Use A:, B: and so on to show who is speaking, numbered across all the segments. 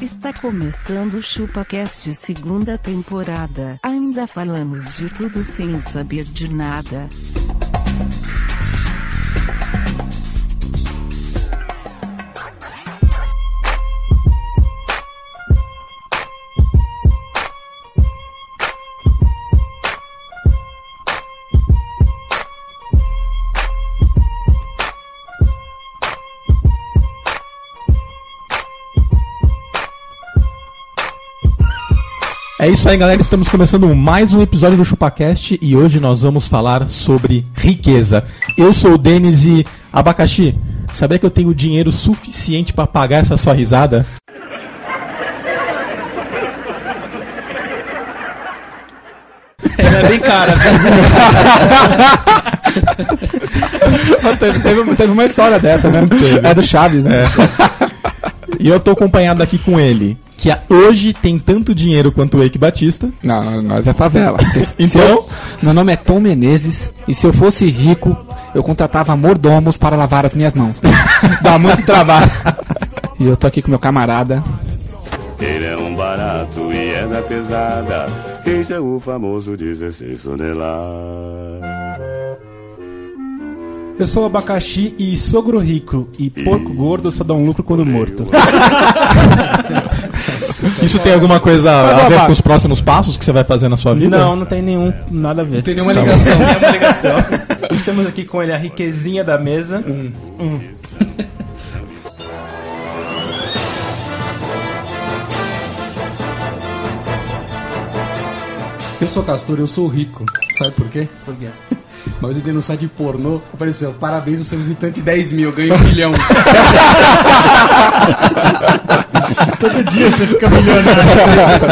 A: Está começando o ChupaCast segunda temporada. Ainda falamos de tudo sem saber de nada.
B: É isso aí, galera. Estamos começando mais um episódio do ChupaCast e hoje nós vamos falar sobre riqueza. Eu sou o Denis e Abacaxi. Sabia que eu tenho dinheiro suficiente para pagar essa sua risada?
C: Ela é bem cara.
D: teve, teve- teve uma história dessa, né? É do Chaves, né?
B: E eu tô acompanhado aqui com ele, que a- hoje tem tanto dinheiro quanto o Eike Batista.
D: Não, não, nós é favela. Porque se
B: Então?
D: eu- meu nome é Tom Menezes e se eu fosse rico, eu contratava mordomos para lavar as minhas mãos. Dá muito trabalho. E eu tô aqui com meu camarada.
E: Ele é um barato e é da pesada. Esse é o famoso 16 toneladas.
C: Eu sou abacaxi e sogro rico. E porco gordo só dá um lucro quando morto. é
B: Isso tem alguma coisa a ver
D: Abaca-
B: com os próximos passos que você vai fazer na sua vida?
C: Não, não tem nenhum, nada a ver. Tá Não tem nenhuma
B: ligação.
C: nenhuma ligação. Hum. Estamos aqui com ele, a riquezinha da mesa.
F: Eu sou Castor, eu sou rico. Sabe por quê? Por quê? Mas eu entrei no site pornô, apareceu, parabéns, o seu visitante 10 mil, ganhou um milhão. Todo dia você fica milionário.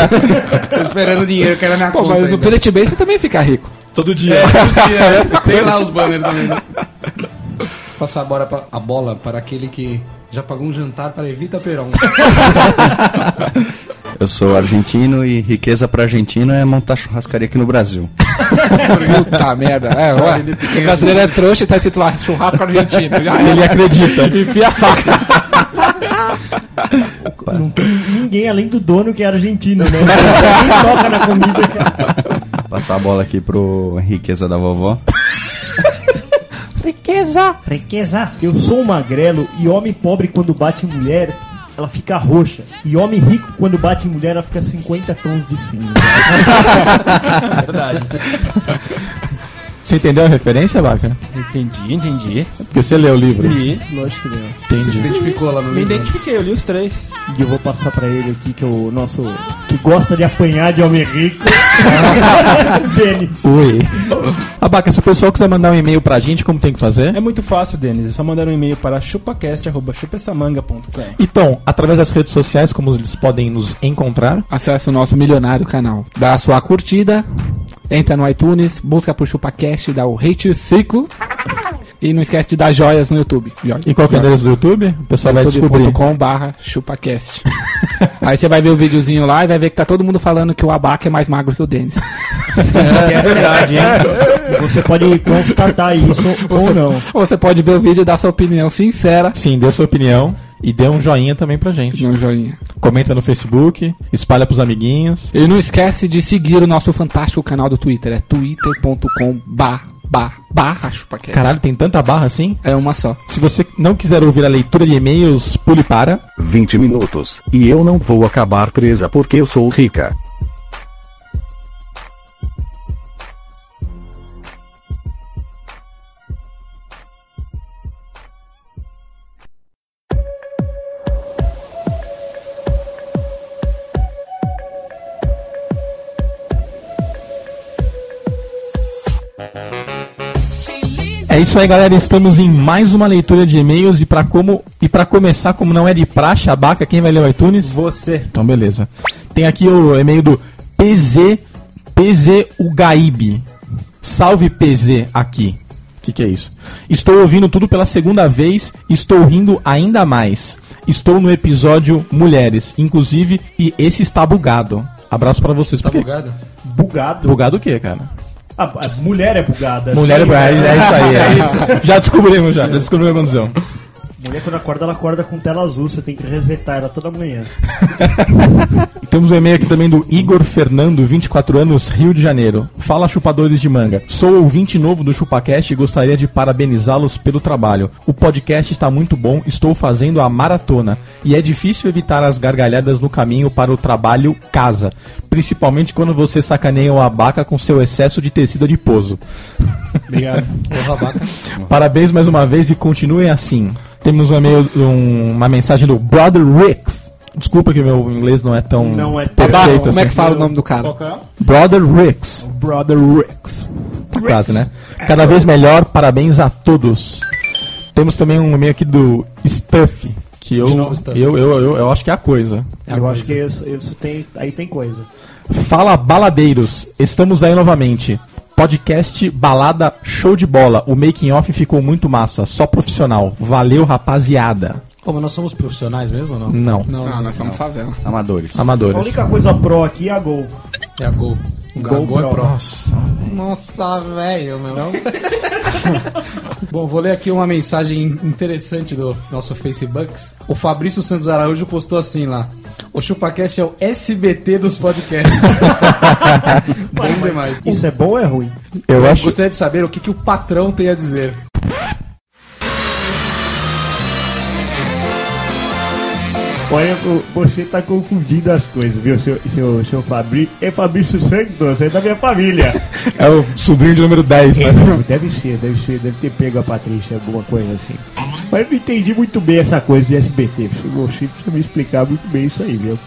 F: Tô esperando dinheiro, quero a minha
D: Pô,
F: conta
D: mas no
B: né?
F: ainda.
D: Pellet Bay você também fica rico.
B: Todo dia.
F: Tem lá os banners também. Né? Passar a bola, pra- a bola para aquele que já pagou um jantar para Evita Perão.
G: Eu sou argentino e riqueza pra argentino é montar churrascaria aqui no Brasil.
D: Puta merda. É, ué. O brasileiro é trouxa e tá escrito lá, churrasco argentino. Já
B: né? Ele
D: é.
B: acredita.
D: Enfia a faca.
H: Ninguém além do dono que é argentino, né? Ninguém toca na comida. cara.
G: Passar a bola aqui pro riqueza da vovó.
H: Riqueza! Riqueza! Eu sou um magrelo e homem pobre quando bate em mulher, ela fica roxa. E homem rico quando bate em mulher, ela fica 50 tons de cinza.
B: Você entendeu a referência, Abaca?
C: Entendi, entendi.
B: Porque você leu o livro.
H: lógico que não.
F: Você se identificou lá no
C: Me
F: livro?
C: identifiquei, eu li os três.
H: E eu vou passar pra ele aqui, que é o nosso. que gosta de apanhar de homem rico. Denis.
B: Ui. Abaca, se o pessoal quiser mandar um e-mail pra gente, como tem que fazer?
C: É muito fácil, Denis. É só mandar um e-mail para chupacast.chupessamanga.com.
B: Então, através das redes sociais, como eles podem nos encontrar?
D: Acesse o nosso milionário canal. Dá a sua curtida, entra no iTunes, busca por ChupaCast, dá o rate 5 e não esquece de dar joias no YouTube. Jo-
B: E qual que é o
D: joia.
C: Tá.
B: endereço do YouTube? O pessoal vai descobrir.
D: youtube.com barra chupacast. Aí você vai ver o videozinho lá e vai ver que tá todo mundo falando que o Abaca é mais magro que o Denis.
C: É verdade, hein?
H: Você pode constatar isso ou não.
B: Então.
D: Ou você pode ver o vídeo e dar sua opinião sincera.
B: Sim, dê sua opinião e dê um joinha também pra gente.
D: Não, joinha.
B: Comenta no Facebook, espalha pros amiguinhos.
D: E não esquece de seguir o nosso fantástico canal do Twitter. É twitter.com barra, barra, barra chupacast.
B: Caralho, tem tanta barra assim?
D: É uma só.
B: Se você não quiser ouvir a leitura de e-mails, pule para.
E: 20 minutos, e eu não vou acabar presa porque eu sou rica.
B: É isso aí, galera. Estamos em mais uma leitura de e-mails e pra como e para começar, como não é de praxe, abaca quem vai ler o iTunes?
C: Você.
B: Então, beleza. Tem aqui o e-mail do PZ, PZ Ugaibe. Salve PZ aqui. O que, que é isso? Estou ouvindo tudo pela segunda vez e estou rindo ainda mais. Estou no episódio Mulheres, inclusive, e esse está bugado. Abraço pra vocês.
F: Tá
B: Por quê?
F: bugado?
H: Bugado.
B: Bugado o quê, cara?
H: A, a mulher é bugada.
B: Mulher é,
H: Sim,
B: é isso aí. é. já descobrimos, já. Já descobrimos o que aconteceu.
H: Mulher quando acorda, ela acorda com tela azul, você tem que resetar ela toda manhã.
B: Temos um e-mail aqui também do Igor Fernando, 24 anos, Rio de Janeiro. Fala chupadores de manga. Sou ouvinte novo do ChupaCast e gostaria de parabenizá-los pelo trabalho. O podcast está muito bom, estou fazendo a maratona e é difícil evitar as gargalhadas no caminho para o trabalho casa, principalmente quando você sacaneia o abaca com seu excesso de tecido adiposo.
C: Obrigado.
B: Parabéns mais uma vez e continuem assim. Temos um e-mail, um- uma mensagem do Brother Ricks. Desculpa que meu inglês não é tão
H: Não é tão-
B: perfeito.
D: Como é
B: assim.
D: que fala o nome do cara?
C: Qual que é?
B: Brother Ricks. Brother Ricks. Tá quase, né? Cada vez melhor, parabéns a todos. Temos também um e-mail aqui do Stuff, que eu,
F: De novo, Stuff.
B: eu, eu, eu, eu acho que é a coisa.
H: Eu acho que isso, isso tem. Aí tem coisa.
B: Fala baladeiros, estamos aí novamente. Podcast Balada Show de Bola. O making off ficou muito massa, só profissional. Valeu, rapaziada.
I: Ô, mas nós somos profissionais mesmo ou não?
B: Não,
I: Não,
D: Não, nós somos favela.
G: Amadores.
H: A
B: amadores.
H: única coisa pró aqui é a gol.
I: É a Gol. O
H: Gol
I: Gol é
H: Pro.
I: pro.
F: Nossa, velho, meu. Bom, vou ler aqui uma mensagem interessante do nosso Facebooks. O Fabrício Santos Araújo postou assim lá. O ChupaCast é o SBT dos podcasts. Bom demais.
H: Isso é bom ou é ruim?
B: Eu acho.
F: Gostaria de saber o que, que o patrão tem a dizer.
H: Olha, o- você tá confundindo as coisas, viu, seu, seu, seu Fabrício? É Fabrício Santos, é da minha família.
B: É o sobrinho de número 10, né?
H: deve ser, deve ser, deve ter pego a Patrícia, alguma coisa assim. Mas eu não entendi muito bem essa coisa de SBT. Você precisa me explicar muito bem isso aí, viu?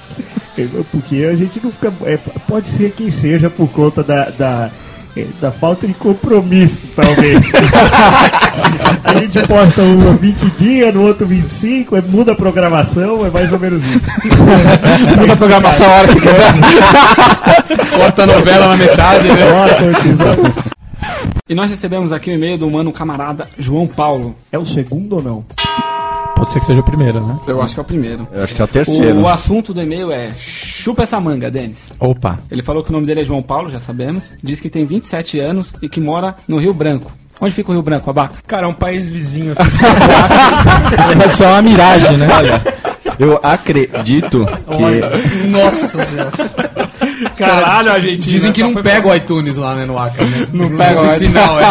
H: Eu- Porque a gente não fica. é, pode ser quem seja por conta da. da é, da falta de compromisso, talvez. a gente posta um 20 dias, no outro 25, é, muda a programação, é mais ou menos isso.
B: Muda a programação a hora que quer.
I: Corta a novela na metade, né?
H: Corta o episódio.
D: E nós recebemos aqui o e-mail do mano camarada João Paulo.
H: É o segundo ou não?
B: Pode ser que seja o primeiro, né?
D: Eu acho que é o primeiro.
G: Eu acho que é o
D: O,
G: terceiro.
D: o assunto do e-mail é chupa essa manga, Denis.
B: Opa.
D: Ele falou que o nome dele é João Paulo, já sabemos. Diz que tem 27 anos e que mora no Rio Branco. Onde fica o Rio Branco, abaca?
C: Cara, é um país vizinho.
B: Na verdade, só é uma miragem, né? Olha.
G: Eu acredito que.
F: Nossa senhora.
D: Caralho, a gente.
F: Dizem que não pega o iTunes lá, né, no Acre, né? Não,
D: pega o
F: tem
D: iTunes.
F: sinal, é.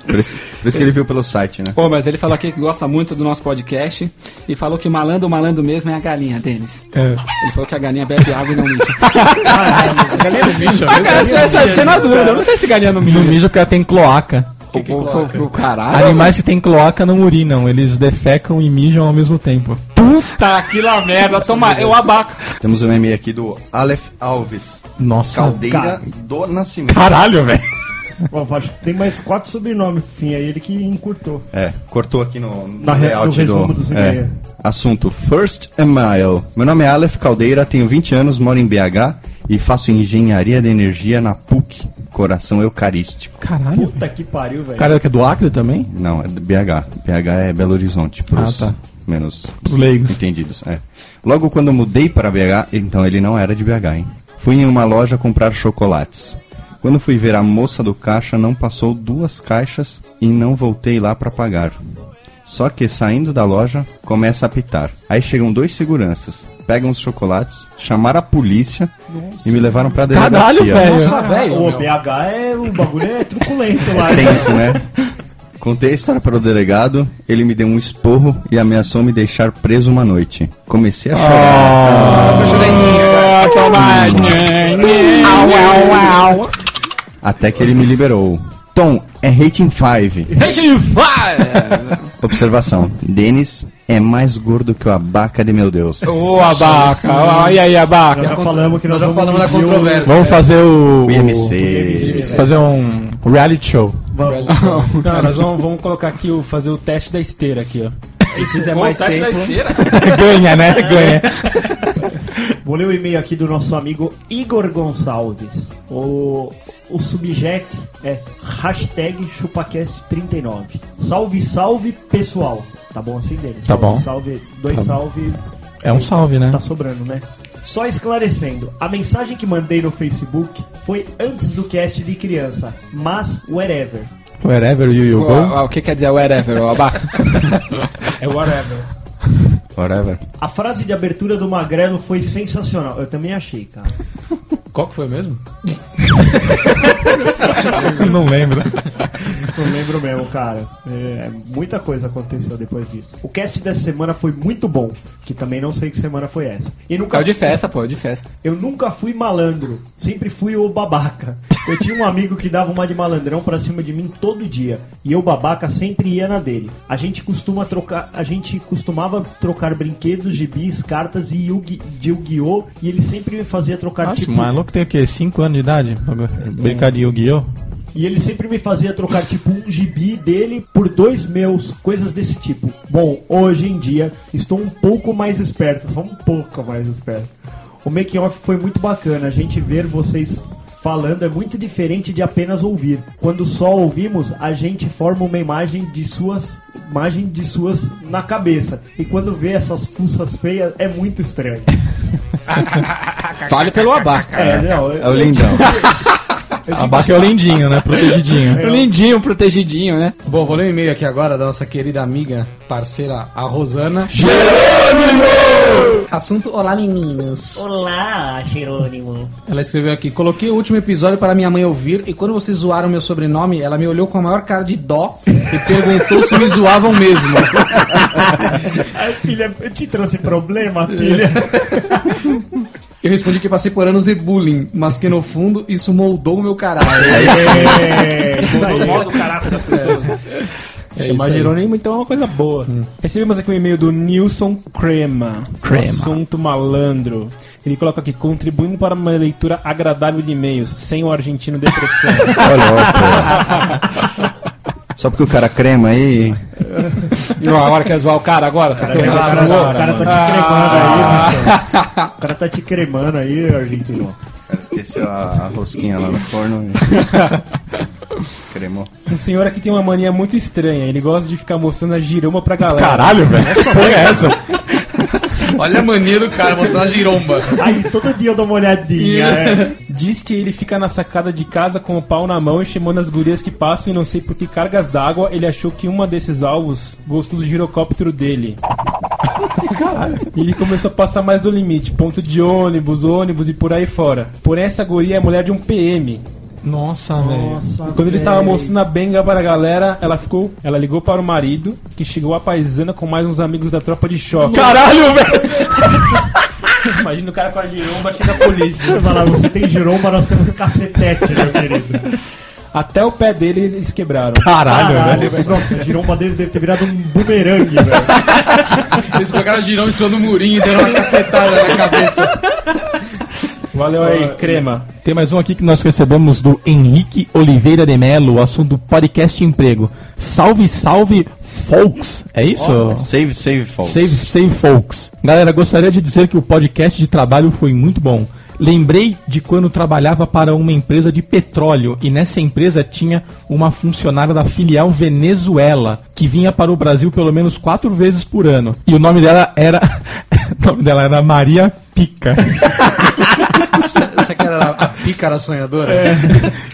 G: Por isso, por isso que ele viu pelo site, né?
D: Pô, mas ele falou aqui que gosta muito do nosso podcast e falou que malandro, malandro mesmo é a galinha, Denis.
B: É.
D: Ele falou que a galinha bebe água e não mija.
F: Galinha do bicho,
D: Ah, cara, isso é- isso é- tem umas dúvidas. Eu não sei se galinha não
B: No
D: mija.
B: mijo porque ela tem cloaca.
D: Pô, pô, pô, pô, Caralho.
B: Animais que têm cloaca não urinam, eles defecam e mijam ao mesmo tempo.
D: Puta, que lá merda. Toma, eu abaco.
G: Temos um e-mail aqui do Aleph Alves.
B: Nossa.
G: Caldeira do Nascimento.
B: Caralho, velho.
H: Bom, acho que tem mais quatro sobrenomes pro fim, aí ele que encurtou.
G: É, cortou aqui no, no
H: Na re- no resumo dos
G: é.
H: e-mails.
G: Assunto First and Mile. Meu nome é Aleph Caldeira, tenho 20 anos, moro em BH e faço engenharia de energia na PUC, Coração Eucarístico.
B: Caralho.
H: Puta que pariu, velho.
B: Cara que é do Acre também?
G: Não, é do BH. BH é Belo Horizonte, pros
B: Ah, tá.
G: menos
B: Os leigos.
G: entendidos. É. Logo quando eu mudei para BH, então ele não era de BH, hein? Fui em uma loja comprar chocolates. Quando fui ver a moça do caixa, não passou duas caixas e não voltei lá para pagar. Só que saindo da loja, começa a apitar. Aí chegam dois seguranças, pegam os chocolates, chamaram a polícia e me levaram pra delegacia.
B: Caralho, velho.
J: Tá
F: Nossa, velho,
H: O
F: meu.
H: BH é. O bagulho é truculento lá.
G: Tenso, né? Contei a história para o delegado, ele me deu um esporro e ameaçou me deixar preso uma noite. Comecei a chorar.
J: Hum.
G: Até que ele me liberou. Tom, é rating 5.
D: Rating Fire!
G: Observação. Denis é mais gordo que o abaca de meu Deus.
D: Ô, abaca. ó, E aí, abaca?
H: Nós já falamos que nós,
F: Nós vamos falando da
H: medir o-
F: controvérsia.
B: Vamos fazer o.
G: O IMC.
B: o- Fazer um reality show.
C: Não, nós vamos, vamos colocar aqui, o, fazer o teste da esteira aqui, ó. Se quiser
D: Pô,
C: mais
D: tá de
C: tempo...
D: esteira.
B: Ganha, né? Ganha.
H: Vou ler o e-mail aqui do nosso amigo Igor Gonçalves. O, o subject é hashtag chupacast39. Salve, salve, pessoal. Tá bom assim, Denis?
B: Tá
H: salve,
B: bom.
H: Salve, dois salve.
B: É um salve, né?
H: Tá sobrando, né? Só esclarecendo, a mensagem que mandei no Facebook foi antes do cast de criança, mas wherever.
B: Wherever you, you
D: Pô,
B: go.
D: ó, O que quer dizer wherever, ô, abaca?
F: É whatever.
G: Whatever.
H: A frase de abertura do Magrelo foi sensacional. Eu também achei, cara.
F: Qual que foi mesmo?
B: Não lembro.
H: Eu lembro mesmo, cara. É, muita coisa aconteceu depois disso. O cast dessa semana foi muito bom, que também não sei que semana foi essa. E nunca
J: É o de festa, pô, é o de festa.
H: Eu nunca fui malandro, sempre fui o babaca. Eu tinha um amigo que dava uma de malandrão pra cima de mim todo dia, e eu babaca sempre ia na dele. A gente costuma trocar, a gente costumava trocar brinquedos, gibis, cartas e Yugi, de Yu-Gi-Oh, e ele sempre me fazia trocar
B: Nossa,
H: tipo,
B: o maluco tem o quê? 5 anos de idade? Pra Brincar de Yu-Gi-Oh?
H: e ele sempre me fazia trocar tipo um gibi dele por dois meus, coisas desse tipo. Bom, hoje em dia estou um pouco mais esperto, só um pouco mais esperto. O making off foi muito bacana, a gente ver vocês falando é muito diferente de apenas ouvir. Quando só ouvimos, a gente forma uma imagem de suas imagem de suas na cabeça. E quando vê essas fuças feias é muito estranho.
J: Fale pelo abaca.
H: É, não, eu-
G: É o lindão.
B: Abaixo é o lindinho, né? Protegidinho.
J: Lindinho, protegidinho, né?
F: Bom, vou ler um e-mail aqui agora da nossa querida amiga, parceira, a Rosana. Assunto Olá Meninos.
H: Olá, Jerônimo.
F: Ela escreveu aqui: Coloquei o último episódio para minha mãe ouvir e quando vocês zoaram meu sobrenome, ela me olhou com a maior cara de dó e perguntou se me zoavam mesmo.
H: Ai, filha, eu te trouxe problema, filha.
F: Eu respondi que passei por anos de bullying, mas que no fundo isso moldou o meu caráter.
H: É, isso aí.
C: Chamar Jerônimo, então é uma coisa boa. Recebemos aqui um e-mail do Nilson Crema. Um
B: Crema.
C: Assunto malandro. Ele coloca aqui, contribuindo para uma leitura agradável de e-mails, sem o argentino depressão.
G: Olha, ó, pô. Só porque o cara crema aí.
J: E agora quer zoar o cara agora? Tá
D: é
H: O
J: querendo
H: cara,
J: zoar?
H: o cara tá Ah. te cremando aí, bicho. O cara tá te cremando aí, argentino.
G: Esqueceu a, a rosquinha lá no forno. e- Cremou.
C: Um senhor aqui tem uma mania muito estranha. Ele gosta de ficar mostrando a giroma pra galera.
B: Caralho, velho. Que porra é essa?
K: Olha a mania do cara, mostrando a giromba.
H: Aí todo dia eu dou uma olhadinha. é.
C: Diz que ele fica na sacada de casa com o pau na mão e chamando as gurias que passam e não sei por que cargas d'água ele achou que uma desses alvos gostou do girocóptero dele. E ele começou a passar mais do limite, ponto de ônibus, ônibus e por aí fora. Porém, essa guria é mulher de um PM.
B: Nossa, velho.
C: Quando ele estava mostrando a benga para a galera, ela ficou, ela ligou para o marido, que chegou a paisana com mais uns amigos da tropa de choque.
B: Caralho, velho.
C: Imagina o cara com a giromba, chega a polícia.
H: Você fala, você tem giromba, nós temos um cacetete, meu querido.
C: Até o pé dele eles quebraram.
H: Ah,
B: Caralho, velho.
H: Caralho, nossa, a giromba dele deve ter virado um bumerangue, velho.
K: Eles pegaram a giromba em cima do murinho e deram uma cacetada na cabeça.
C: Valeu aí, crema.
B: Tem mais um aqui que nós recebemos do Henrique Oliveira de Mello, o assunto do podcast emprego. Salve, salve, folks. É isso?
G: Save, save, folks.
B: Save, save folks. Galera, gostaria de dizer que o podcast de trabalho foi muito bom. Lembrei de quando trabalhava para uma empresa de petróleo e nessa empresa tinha uma funcionária da filial Venezuela que vinha para o Brasil pelo menos quatro vezes por ano. E o nome dela era. o nome dela era Maria Pica.
F: Essa cara era a pícara sonhadora?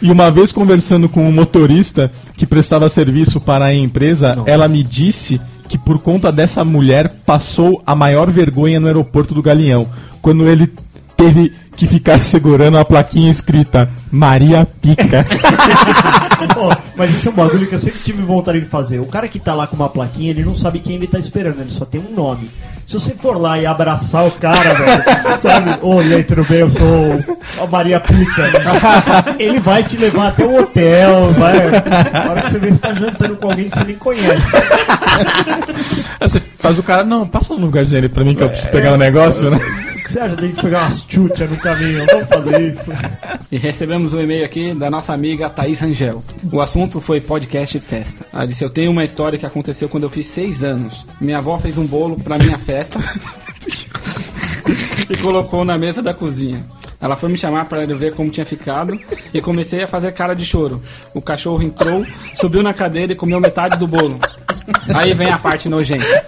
B: E uma vez conversando com um motorista que prestava serviço para a empresa, ela me disse que por conta dessa mulher passou a maior vergonha no aeroporto do Galeão, quando ele teve que ficar segurando a plaquinha escrita Maria Pica.
H: Ó, mas isso é um bagulho que eu sempre tive vontade de fazer. O cara que tá lá com uma plaquinha, ele não sabe quem ele tá esperando, ele só tem um nome. Se você for lá e abraçar o cara, velho, sabe? Oi, e aí, tudo bem? Eu sou a Maria Pica. Ele vai te levar até o hotel, vai. Na hora que você vê que você tá jantando com alguém que você nem conhece.
B: Aí você faz o cara, não, passa um lugarzinho ali pra mim que eu preciso pegar o negócio, né?
H: O que você acha de pegar umas tchutchas no caminho? Vamos fazer isso.
J: E recebemos um e-mail aqui da nossa amiga Thaís Rangel. O assunto foi podcast e festa. Ela disse: Eu tenho uma história que aconteceu quando eu fiz seis anos. Minha avó fez um bolo pra minha festa e colocou na mesa da cozinha. Ela foi me chamar para ver como tinha ficado e comecei a fazer cara de choro. O cachorro entrou, subiu na cadeira e comeu metade do bolo. Aí vem a parte nojenta.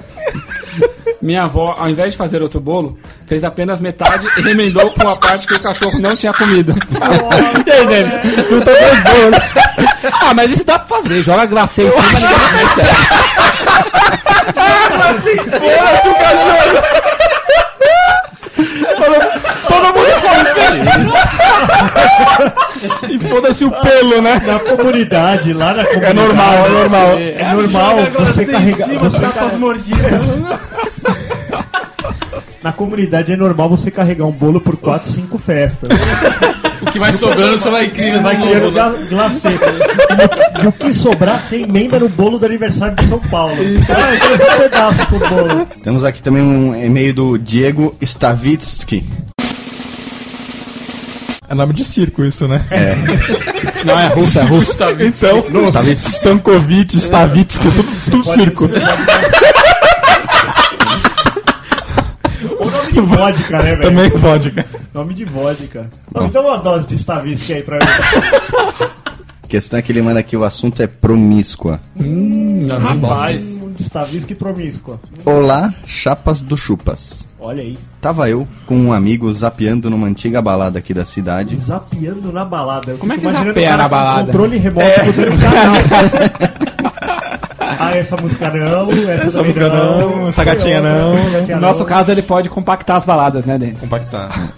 J: Minha avó, ao invés de fazer outro bolo, fez apenas metade e remendou com a parte que o cachorro não tinha comido. E aí, gente? Não tô dois bolos. Ah, mas isso dá pra fazer. Joga glacê em cima. ninguém vai ver, sério.
B: fosse o pelo, né?
H: Na comunidade, lá na comunidade.
B: É normal, é normal.
H: É normal você carregar. você carre- Na comunidade é normal você carregar um bolo por 4, 5 festas.
K: O que vai sobrando você vai
H: Você
K: criando.
H: vai
K: novo,
H: criando
K: né?
H: gla- glacê. E o- E o que sobrar, você emenda no bolo do aniversário de São Paulo. Ah, eu trouxe um pedaço pro bolo.
G: Temos aqui também um e-mail do Diego Stavitsky.
B: É nome de circo isso, né?
J: Não, é russa, é russa.
B: Então,
G: Stavitsky.
B: Stankovic, Stavitsky, tudo, tudo circo.
H: O nome de vodka, né, velho?
B: Também pode, cara.
H: Nome de vodka. Não, então uma dose de Stavisky aí pra mim.
G: A questão é que ele manda aqui, o assunto é promíscua.
J: Rapaz,
H: Um Stavisky promíscua.
G: Olá, chapas do chupas.
H: Olha aí.
G: Tava eu com um amigo zapeando numa antiga balada aqui da cidade.
H: Zapeando na balada. Eu
J: Como
H: fico
J: é que
H: imaginando
J: zapeia
H: o cara
J: na
H: com
J: balada?
H: Controle remoto mudando o canal. ah, essa música não, essa, também
B: música não, essa gatinha não.
H: essa gatinha
J: no nosso
H: não.
J: caso ele pode compactar as baladas, né, Denis?
G: Compactar.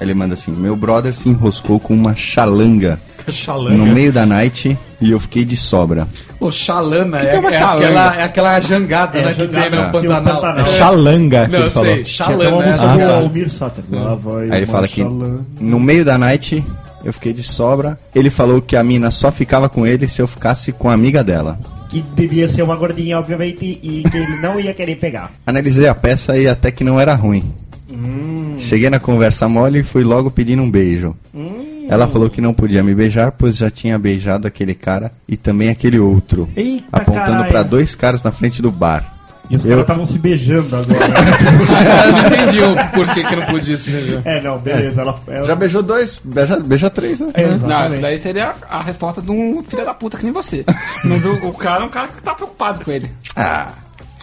G: Ele manda assim: Meu brother se enroscou com uma xalanga
F: É
G: no meio da night e eu fiquei de sobra.
F: Ô, xalana é,
J: é uma
F: é
J: xalana?
F: aquela, é aquela jangada,
H: É,
F: né?
H: jangada,
F: que tem no
H: tinha um
F: Pantanal.
H: Pantanal.
B: É Xalanga que
F: Não,
B: ele
F: eu sei,
B: falou.
H: Tinha até
F: xalana.
H: uma
F: é
H: música
F: a
H: do
F: jangada.
H: Almir Sater. Lá vai
G: Aí ele fala que
H: Machalã.
G: no meio da night eu fiquei de sobra. Ele falou que a mina só ficava com ele se eu ficasse com a amiga dela.
H: Que devia ser uma gordinha, obviamente, e que ele não ia querer pegar.
G: Analisei a peça e até que não era ruim.
H: Hum.
G: Cheguei na conversa mole e fui logo pedindo um beijo.
H: Hum.
G: Ela falou que não podia me beijar, pois já tinha beijado aquele cara e também aquele outro.
H: Eita,
G: apontando
H: caralho.
G: pra dois caras na frente do bar.
H: E os
G: Eu-
H: caras estavam se beijando agora.
F: Eu não entendi o porquê que não podia se resolver.
H: é, não, beleza. Ela, ela-
G: Já beijou dois, beija, beija três, né?
H: É,
J: Não,
H: exatamente.
J: isso daí seria a resposta de um filho da puta que nem você. Mas o, o cara é um cara que tá preocupado com ele.
G: Ah.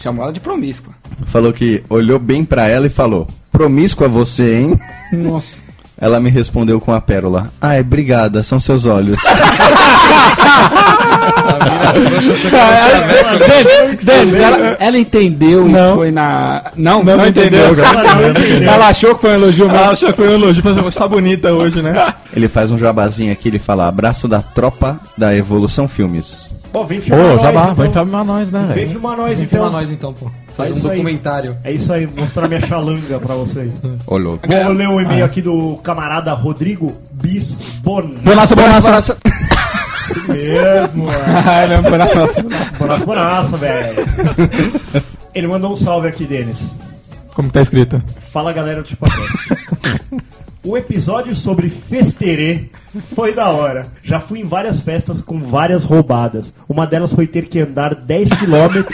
J: Chamou ela de promíscua.
G: Falou que olhou bem pra ela e falou: Promíscua você, hein?
F: Nossa.
G: Ela me respondeu com a pérola: Ah, é obrigada, são seus olhos.
J: Denis, ela, ela entendeu e
B: Não.
J: foi na. Não,
B: Não, não entendeu, cara.
J: Ela achou que foi um elogio mesmo.
B: Ah, achou que foi um elogio, falou, você tá bonita hoje, né?
G: Ele faz um jabazinho aqui, ele fala: Abraço da tropa da Evolução Filmes.
H: Bom, vem
B: Ô,
H: filmar nós,
B: Jabá,
H: então.
B: vai filmar nós, né,
H: Vem
B: velho?
H: filmar nós,
F: Então,
H: então.
F: nós então, pô. Faz um
H: isso aí.
F: documentário.
H: É isso aí, mostrar minha xalanga pra vocês.
G: Ô, louco.
H: Bom, eu leio um e-mail aqui do camarada Rodrigo Bisbon.
B: Bonaça, bonaça.
H: mesmo, mano.
J: Ah, não, foi na sua-
H: Bonaça, bonaça, velho. Ele mandou um salve aqui, Denis.
B: Como tá escrito?
H: Fala galera do Chupacabra. O episódio sobre festerê foi da hora. Já fui em várias festas com várias roubadas. Uma delas foi ter que andar 10 quilômetros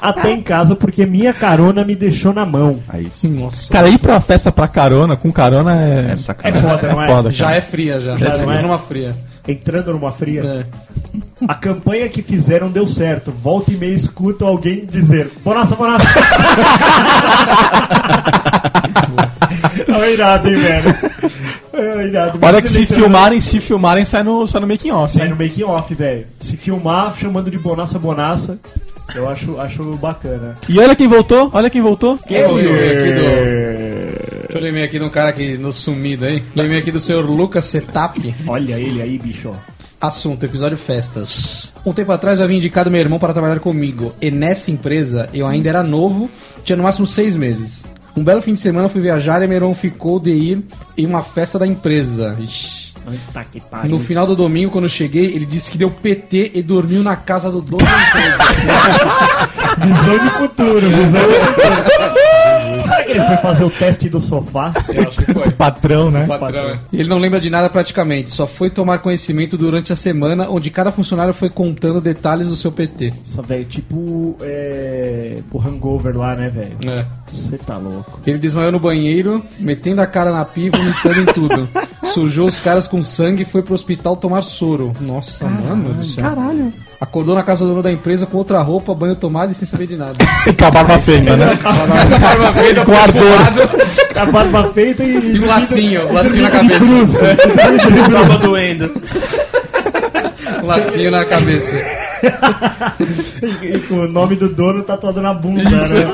H: até em casa porque minha carona me deixou na mão.
D: É
G: Aí sim.
B: Cara, ir pra festa pra carona, com carona é.
G: É
H: É
G: sacanagem.
H: foda, não é?
B: foda,
F: Já
B: cara.
F: é fria, já.
H: Já
F: Já
H: não é?
F: é numa fria.
H: Entrando numa fria.
F: É.
H: A campanha que fizeram deu certo. Volta e meia escuto alguém dizer: Bonaça, bonaça! é irado, hein, velho? É irado.
B: Olha que se
H: Imagina ele
B: filmarem, se filmarem, sai no, sai no making off,
H: Sai
B: hein?
H: no making off, velho. Se filmar chamando de bonaça bonaça, eu acho, acho bacana.
B: E olha quem voltou, olha quem voltou.
F: Eu lembrei é aqui do- Deixa eu ler aqui de um cara que no sumido aí. Lembrei aqui do senhor Lucas Setap.
H: Olha ele aí, bicho.
F: Assunto, episódio festas. Um tempo atrás eu havia indicado meu irmão para trabalhar comigo, e nessa empresa eu ainda era novo, tinha no máximo seis meses. Um belo fim de semana eu fui viajar e meu irmão ficou de ir em uma festa da empresa. Ixi.
H: Tá que
F: No
H: pariu.
F: final do domingo, quando eu cheguei, ele disse que deu PT e dormiu na casa do dono da empresa.
H: Visão de futuro, visão de futuro. Será que ele foi fazer o teste do sofá?
F: Eu acho que foi.
B: Patrão, né?
F: E Ele não lembra de nada praticamente, só foi tomar conhecimento durante a semana, onde cada funcionário foi contando detalhes do seu PT.
H: Nossa, velho, tipo é, o hangover lá, né, velho?
F: É.
H: Você tá louco.
F: Ele desmaiou no banheiro, metendo a cara na pia e vomitando em tudo. Sujou os caras com sangue e foi pro hospital tomar soro. Nossa, mano do céu. Caralho. Acordou na casa do dono da empresa com outra roupa, banho tomado e sem saber de nada.
B: E com a barba feita, né?
F: Barba feita,
B: Com ardor.
H: A barba feita e.
F: E um lacinho, um lacinho na cabeça.
H: Cruz.
F: Um lacinho na cabeça.
H: E com o nome do dono tatuado na bunda, né?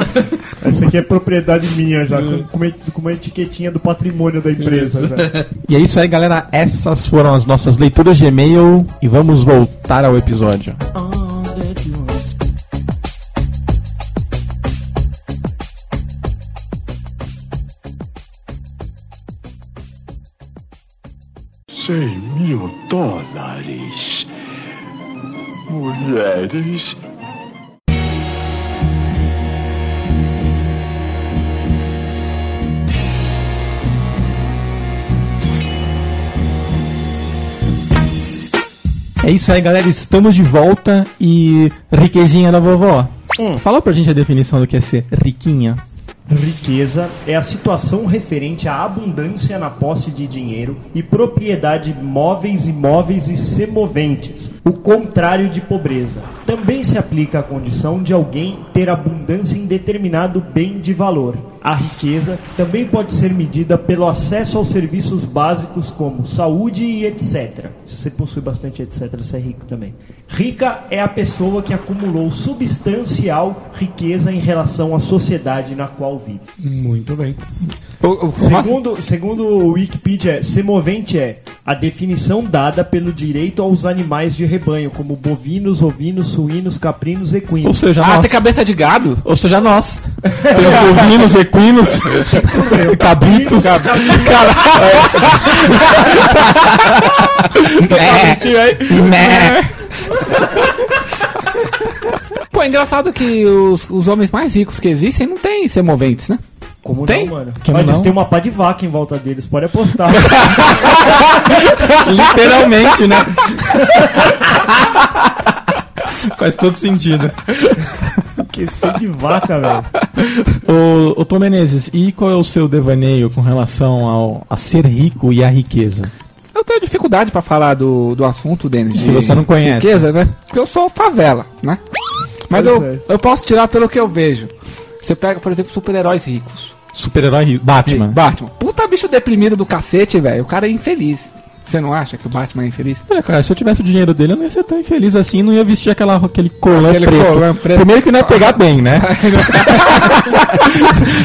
H: Essa aqui é propriedade minha já, com, com et- com uma etiquetinha do patrimônio da empresa. né?
B: E é isso aí, galera. Essas foram as nossas leituras de e-mail e vamos voltar ao episódio.
E: Cem mil dólares. Mulheres.
B: É isso aí, galera. Estamos de volta e riquezinha da vovó.
D: Hum.
B: Fala pra gente a definição do que é ser riquinha.
H: Riqueza é a situação referente à abundância na posse de dinheiro e propriedade móveis, imóveis e semoventes, o contrário de pobreza. Também se aplica à condição de alguém ter abundância em determinado bem de valor. A riqueza também pode ser medida pelo acesso aos serviços básicos como saúde e etc. Se você possui bastante etc, você é rico também. Rica é a pessoa que acumulou substancial riqueza em relação à sociedade na qual vive.
D: Muito bem. O, o-
H: Segundo, segundo o Wikipedia, semovente é a definição dada pelo direito aos animais de rebanho, como bovinos, ovinos, suínos, caprinos e
B: Ou
H: equinos.
B: seja,
D: Ah,
B: nós.
D: tem cabeça de gado?
B: Ou seja, nós. Tem os bovinos, equinos, cabritos. Então tá
D: Né.
B: É.
D: Pô, é engraçado que os, os homens mais ricos que existem não têm semoventes, né?
H: Como
D: Tem?
H: não, mano?
B: Como
H: Olha, eles
B: não?
H: têm uma pá de vaca em volta deles, pode apostar.
B: Literalmente, né? Faz todo sentido.
H: Questão tipo de vaca, velho.
B: Ô, ô Tom Menezes, e qual é o seu devaneio com relação ao, a ser rico e a riqueza?
D: Eu tenho dificuldade pra falar do, do assunto, Denis.
B: Que você não conhece.
D: Riqueza, né? Porque eu sou favela, né? Mas eu, eu posso tirar pelo que eu vejo. Você pega, por exemplo, super-heróis ricos.
B: Super-herói rico. Batman.
D: Batman. Puta bicho deprimido do cacete, velho. O cara é infeliz. Você não acha que o Batman é infeliz?
B: Olha, cara, se eu tivesse o dinheiro dele, eu não ia ser tão infeliz assim, não ia vestir aquela, aquele colã
D: Aquele
B: preto.
D: colã preto.
B: Primeiro que não ia pegar bem, né?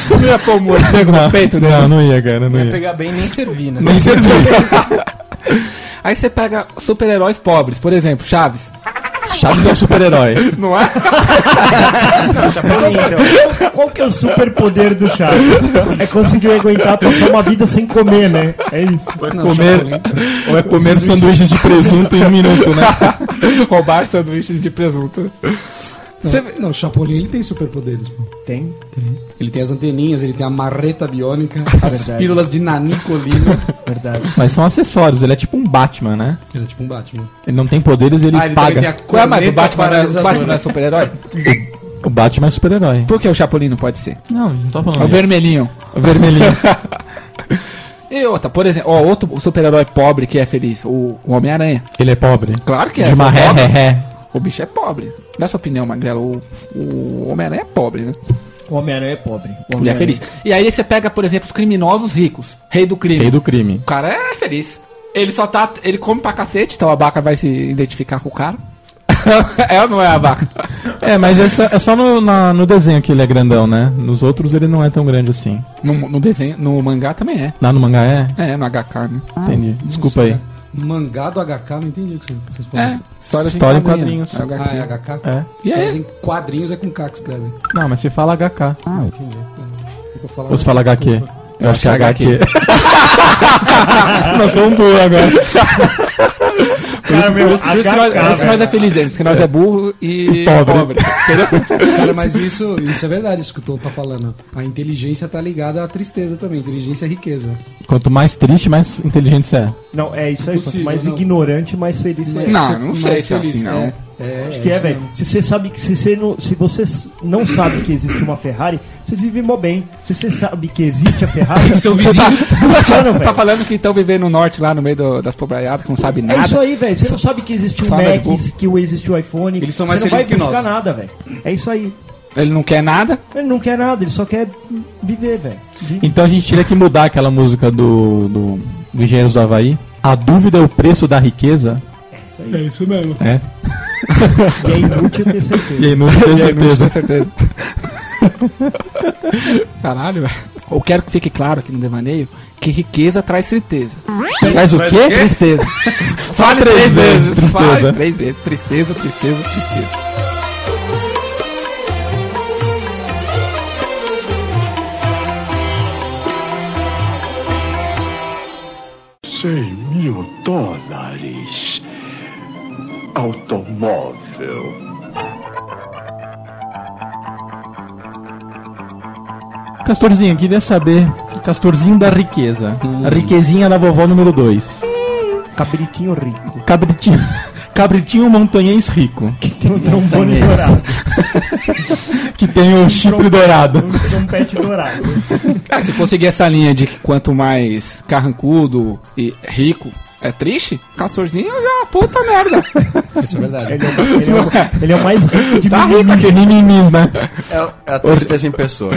D: Não ia pôr um morcego no peito dele.
B: é não, não ia, cara, não
L: Não ia
B: ia.
L: pegar bem nem servir, né?
B: Nem serviu.
D: Aí você pega super-heróis pobres, por exemplo, Chaves.
B: Chaves é um super-herói.
D: Não é?
H: Qual- Qual que é o superpoder do Chaves? É conseguir aguentar passar uma vida sem comer, né? É isso.
B: Comer, ou é comer sanduíches de presunto em um minuto, né?
D: Roubar sanduíches de presunto. Você vê-
F: Não, o Chapolin ele tem superpoderes. pô.
H: Tem.
F: Ele tem as anteninhas, ele tem a marreta biônica, as
H: Verdade.
F: pílulas de nanicolina.
H: Verdade.
B: Mas são acessórios, ele é tipo um Batman, né?
F: ele é tipo um Batman.
B: Ele não tem poderes, ele
F: Ah, ele também tem a né?
B: paga.
D: Qual é, mas o
F: corneta
D: Batman, não é- o
F: paralisadora.
D: Batman não é super-herói?
B: O Batman é super-herói.
D: Por que o Chapolin não pode ser?
B: Não, não tô
D: É o
B: falando. isso.
D: vermelhinho.
B: O vermelhinho.
D: E outra, por exemplo, ó, outro super-herói pobre que é feliz, o, o Homem-Aranha.
B: Ele é pobre.
D: Claro que é.
B: de uma
D: foi
B: ré,
D: pobre.
B: ré, ré.
D: O bicho é pobre. Dá sua opinião, Magrela. O, o Homem-Aranha é pobre, né?
H: O Homem-Aranha é pobre. O
D: Ele é
H: Homem-Aranha-
D: feliz. E aí você pega, por exemplo, os criminosos ricos. Rei do crime.
B: Rei do crime.
D: O cara é feliz. Ele só tá. Ele come pra cacete, então a vaca vai se identificar com o cara. é ou não é a vaca?
B: É, mas essa, é só no, na- no desenho que ele é grandão, né? Nos outros ele não é tão grande assim.
D: No, no desenho, no mangá também é.
B: Lá no mangá é?
D: É, no HK, né?
B: Entendi. Desculpa aí.
F: No mangá do HK, não entendi o que vocês- vocês
D: É,
F: falaram.
D: histórias
B: História em quadrinhos.
D: É o HQ.
F: Ah, é HK?
B: É.
D: E aí?
F: Então, em quadrinhos é com K que escreve.
B: Não, mas se fala HK.
F: Fica falando-
B: Ou se fala HQ.
F: Desculpa.
B: Eu acho que é HQ. Nós somos burros agora.
H: Cara, meu,
D: Por isso que nós, por isso
H: HK,
D: que nós Ah, é feliz, gente, porque nós é burro e
B: Pobre.
D: entendeu?
F: Cara, mas isso, isso é verdade, isso que o Tom tá falando. A inteligência tá ligada à tristeza também. Inteligência é riqueza.
B: Quanto mais triste, mais inteligente você é.
H: Não, é isso aí. Quanto
F: Impossível,
H: mais
F: não.
H: ignorante, mais feliz você é.
F: Mas
D: Não,
F: você-
D: não sei
F: mais
D: se é assim, não.
F: É, é,
H: Acho que é, velho. Se você sabe que se você não, se você s- não sabe que existe uma Ferrari, você vive mó bem. Se você sabe que existe a Ferrari,
F: Seu vizinho
H: funciona,
D: Tá
H: velho.
D: falando que estão vivendo no norte lá no meio do- das pobraiadas, que não sabe
H: É isso
D: nada.
H: aí, velho. Você não sabe que existe um
D: Sabe,
H: Mac,
D: Google?
H: que existe o iPhone.
F: Eles são mais
H: você não vai
F: felizes que
H: buscar
F: nós.
H: nada, velho. É isso aí.
D: Ele não quer nada.
H: Ele não quer nada, ele só quer viver, velho. Vi-
B: Então a gente teria que mudar aquela música do, do, do Engenheiros do Havaí. A dúvida é o preço da riqueza.
H: É isso aí.
B: É.
H: E é inútil ter certeza.
B: E aí, não tenho certeza.
D: Com certeza. Caralho, velho. Eu quero que fique claro aqui no devaneio que riqueza traz tristeza.
B: Mas o quê? Tristeza. Fala três vezes.
D: Fale
B: Tristeza.
D: três vezes. Tristeza, tristeza, tristeza.
B: Castorzinho, queria saber. Castorzinho da riqueza. A riquezinha da vovó número 2.
H: Cabritinho rico.
B: Cabritinho. Cabritinho é um montanhês rico.
H: Trombone um dourado.
B: Que tem o chifre dourado.
H: Um trompete dourado.
D: Ah, se for seguir essa linha de que quanto mais carrancudo e rico é triste, castorzinho já puta merda.
F: Isso é verdade.
H: Ele é, o- ele é o- ele é o mais rico de
B: Tá
H: mim.
B: rico aqui. Mimimis, né?
G: É, é a tristeza em pessoa.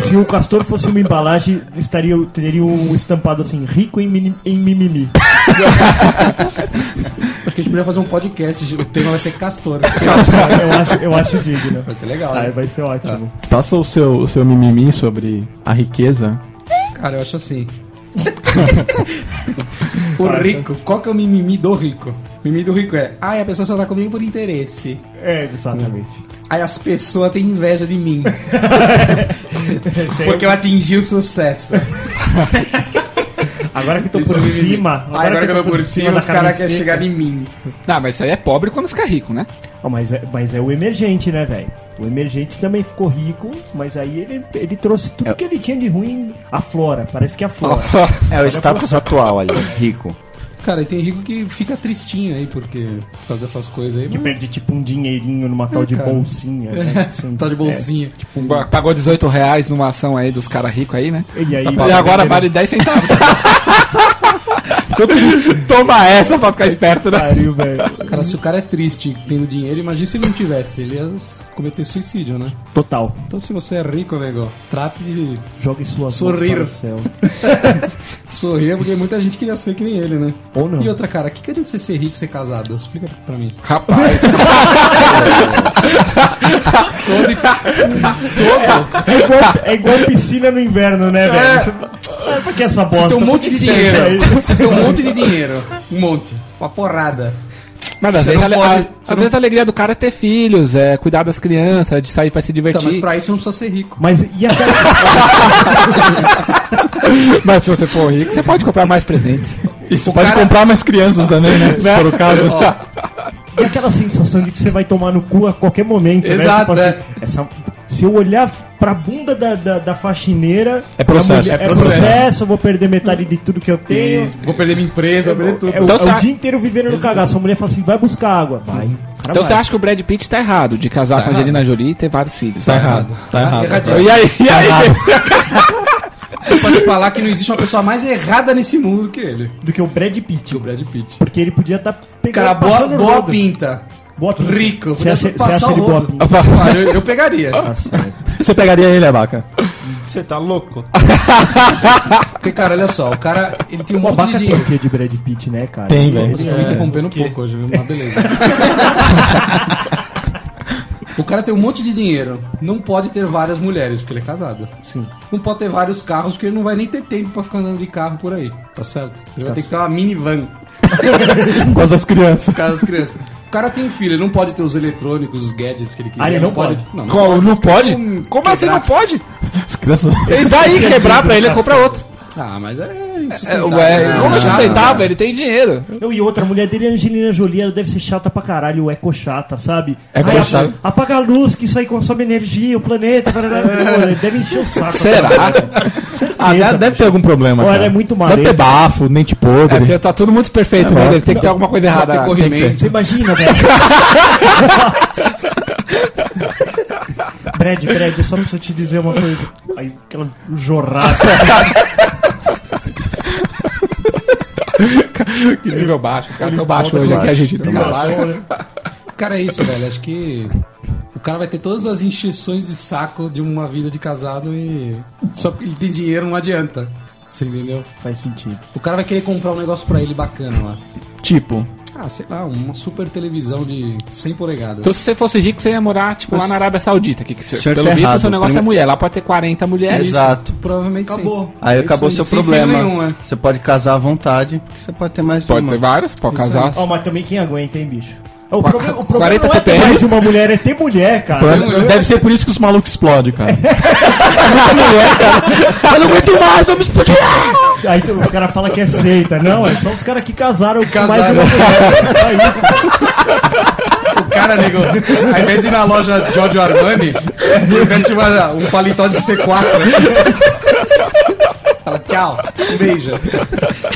H: Se o castor fosse uma embalagem, estaria, teria um estampado assim, rico em, mini- em mimimi.
F: Acho que a gente podia fazer um podcast. O tema vai ser Castor.
H: eu, acho, eu acho digno.
F: Vai ser legal,
H: Ah,
F: né?
H: vai ser ótimo.
B: Faça o seu, o seu mimimi sobre a riqueza.
F: Cara, eu acho assim. o rico, qual que é o mimimi do rico? Mimimi do rico é, ai, a pessoa só tá comigo por interesse.
H: É, exatamente.
F: Aí as pessoas têm inveja de mim. Porque eu atingi o sucesso.
H: Agora que tô
F: Isso
H: por
F: é mimimi.
H: cima.
F: Ai, agora que eu tô por cima,
H: da
F: os caras
H: carne
F: querem
H: seca.
F: chegar em mim.
D: Não, mas isso aí é pobre quando fica rico, né?
H: Ah, mas, é, mas é o emergente, né, velho? O emergente também ficou rico, mas aí ele, ele trouxe tudo
F: É.
H: que ele tinha de ruim. A flora, parece que a flora.
G: É o status atual ali, rico.
F: Cara, e tem rico que fica tristinho aí, porque por causa dessas coisas aí.
H: que perde tipo um dinheirinho numa tal de
F: cara.
H: bolsinha. Né? Assim,
F: Tá de bolsinha.
H: Um
D: Ba- Pagou 18 reais numa ação aí dos caras ricos aí, né?
H: é. E aí,
D: E agora vale 10 centavos. Toma essa pra ficar esperto, né?
H: é. Pariu, velho.
F: Cara, se o cara é triste tendo dinheiro, imagina se ele não tivesse. Ele ia s- cometer suicídio, né?
H: Total.
F: Então se você é rico, amigo, trate de
H: Jogue sua
F: Sorrir.
H: para o céu.
F: sorrir, porque muita gente queria ser que nem ele, né?
H: Ou não.
F: E outra, cara, o que, que adianta você ser rico e ser casado? Explica pra mim.
D: Rapaz,
H: É igual, é igual piscina no inverno, né, velho? É. Pra que essa bosta?
F: Você tem um monte de
H: Pra que que serve
F: dinheiro.
H: isso
F: Você tem um monte de dinheiro. Um monte. Uma porrada.
D: mas às,
F: Você
D: vezes, a-
F: não pode-
D: às-
F: você
D: às
F: não-
D: vezes a alegria do cara é ter filhos, é cuidar das crianças, é de sair pra se
F: Tá, mas
D: divertir.
F: pra isso não precisa ser rico.
H: aí? Mas e aquela,
D: Mas se você for rico, você pode comprar mais presentes.
B: E você pode comprar mais crianças também, né? Se for o caso.
H: e aquela sensação de que você vai tomar no cu a qualquer momento,
F: Exato, é.
H: né? Tipo assim, essa- se eu olhar pra bunda da, da, da faxineira,
B: É processo.
H: é,
B: É
H: processo.
F: processo.
H: eu vou perder metade de tudo que eu tenho.
F: Vou perder minha empresa, vou perder tudo.
H: É o,
D: Então
H: é
D: você
H: o
D: acha-
H: dia inteiro vivendo no cagaço. A mulher fala assim: vai buscar água. Vai. Cara,
D: Então
H: vai.
D: você acha que o Brad Pitt tá errado de casar com a Angelina Jolie e ter vários filhos.
B: Tá errado. Tá errado.
F: Erradíssimo.
D: E aí, e aí?
F: Você pode falar que não existe uma pessoa mais errada nesse mundo que ele.
H: Do que o Brad Pitt.
F: Que o Brad Pitt.
H: Porque ele podia estar pegando.
F: Cara, boa,
H: passando
F: boa
H: rodo.
F: pinta.
H: Boa pinta.
F: Rico.
H: Você acha,
F: Podia
H: você acha
F: o
H: ele
F: rodo.
H: boa pinta?
F: Ah, eu, eu pegaria.
B: Você pegaria ele, abaca?
C: Você tá louco?
F: Porque, cara, olha só, o cara ele tem um
H: O
F: monte de
H: Abaca tem o
F: dinheiro.
H: quê de Brad Pitt, né, cara?
B: Tem, velho.
F: Vocês estão me interrompendo um pouco hoje, viu? Mas beleza. O cara tem um monte de dinheiro. Não pode ter várias mulheres, porque ele é casado.
H: Sim.
F: Não pode ter vários carros, porque ele não vai nem ter tempo pra ficar andando de carro por aí. Tá certo? Ele vai ter que ter uma minivan
B: Por causa das crianças.
F: por causa das crianças. O cara tem um filho, ele não pode ter os eletrônicos, os gadgets que ele quiser.
H: Ah, ele não
F: Não, não
B: Qual? Não pode?
F: Como-
D: Como assim não pode?
B: As crianças.
D: E daí quebrar pra ele é comprar outro.
F: Ah, mas é
D: É,
F: insustentável.
D: ué, como é
F: chato,
D: sustentável? Ele tem dinheiro.
H: Não, e outra, a mulher dele é Angelina Jolie, ela deve ser chata pra caralho, eco chata, sabe?
B: Eco
H: Ai,
B: chata.
H: a- Apaga a luz, que isso aí consome energia, o planeta, blá, blá, blá. Ele deve encher o saco.
D: Será?
B: Ah, deve- deve ter algum problema.
H: Olha,
B: cara.
H: é muito
B: Deve ter
H: mareta.
B: bafo, dente
D: É
B: podre.
D: porque tá tudo muito perfeito, né?
B: bom.
D: Deve ter que ter alguma coisa
F: Pode ter
D: errada.
F: corrimento.
H: Você imagina, velho? Brad, Brad, eu só preciso te dizer uma coisa. Aí, aquela jorrada.
D: Que nível baixo. Os caras tão baixos
H: volta
D: hoje aqui, a gente.
G: Tá
F: Cara, é isso, velho. Acho que o cara vai ter todas as injeções de saco de uma vida de casado e. Só porque ele tem dinheiro não adianta. Você entendeu?
H: Faz sentido.
F: O cara vai querer comprar um negócio pra ele bacana lá.
B: Tipo.
F: Ah, sei lá, uma super televisão de 100 polegadas.
D: Então, se você fosse rico, você ia morar, tipo, lá na Arábia Saudita. Que, que se-
F: senhor
D: pelo
F: tá
D: visto,
F: errado.
D: seu negócio é
F: Prime-
D: mulher. Lá pode ter 40 mulheres.
G: Exato.
F: Provavelmente
G: acabou.
F: sim.
G: Aí
F: É
G: acabou
F: isso
G: seu
F: aí, sem fio
G: problema.
F: nenhum, é.
G: Você pode casar à vontade, porque você pode ter mais de
D: Pode
G: uma.
D: ter várias, pode
G: Isso aí.
D: casar.
H: Ó, mas também quem aguenta, hein, bicho? Ó, O
D: Qua-
H: problema, o problema
D: 40
H: não é ter
D: TPM.
H: mais de uma mulher, é ter mulher, cara.
B: Pra- Deve ser por isso que os malucos explodem, cara. Mulher, cara. Eu não aguento mais, eu me explodi.
H: Aí tu- os caras falam que é seita. Não, é só os caras que casaram com mais de
M: Casaram.
H: uma mulher. É só isso.
M: O cara, nego, ao invés de ir na loja Giorgio Armani, ele veste uma- um paletó de C4. né? Fala tchau, um beijo.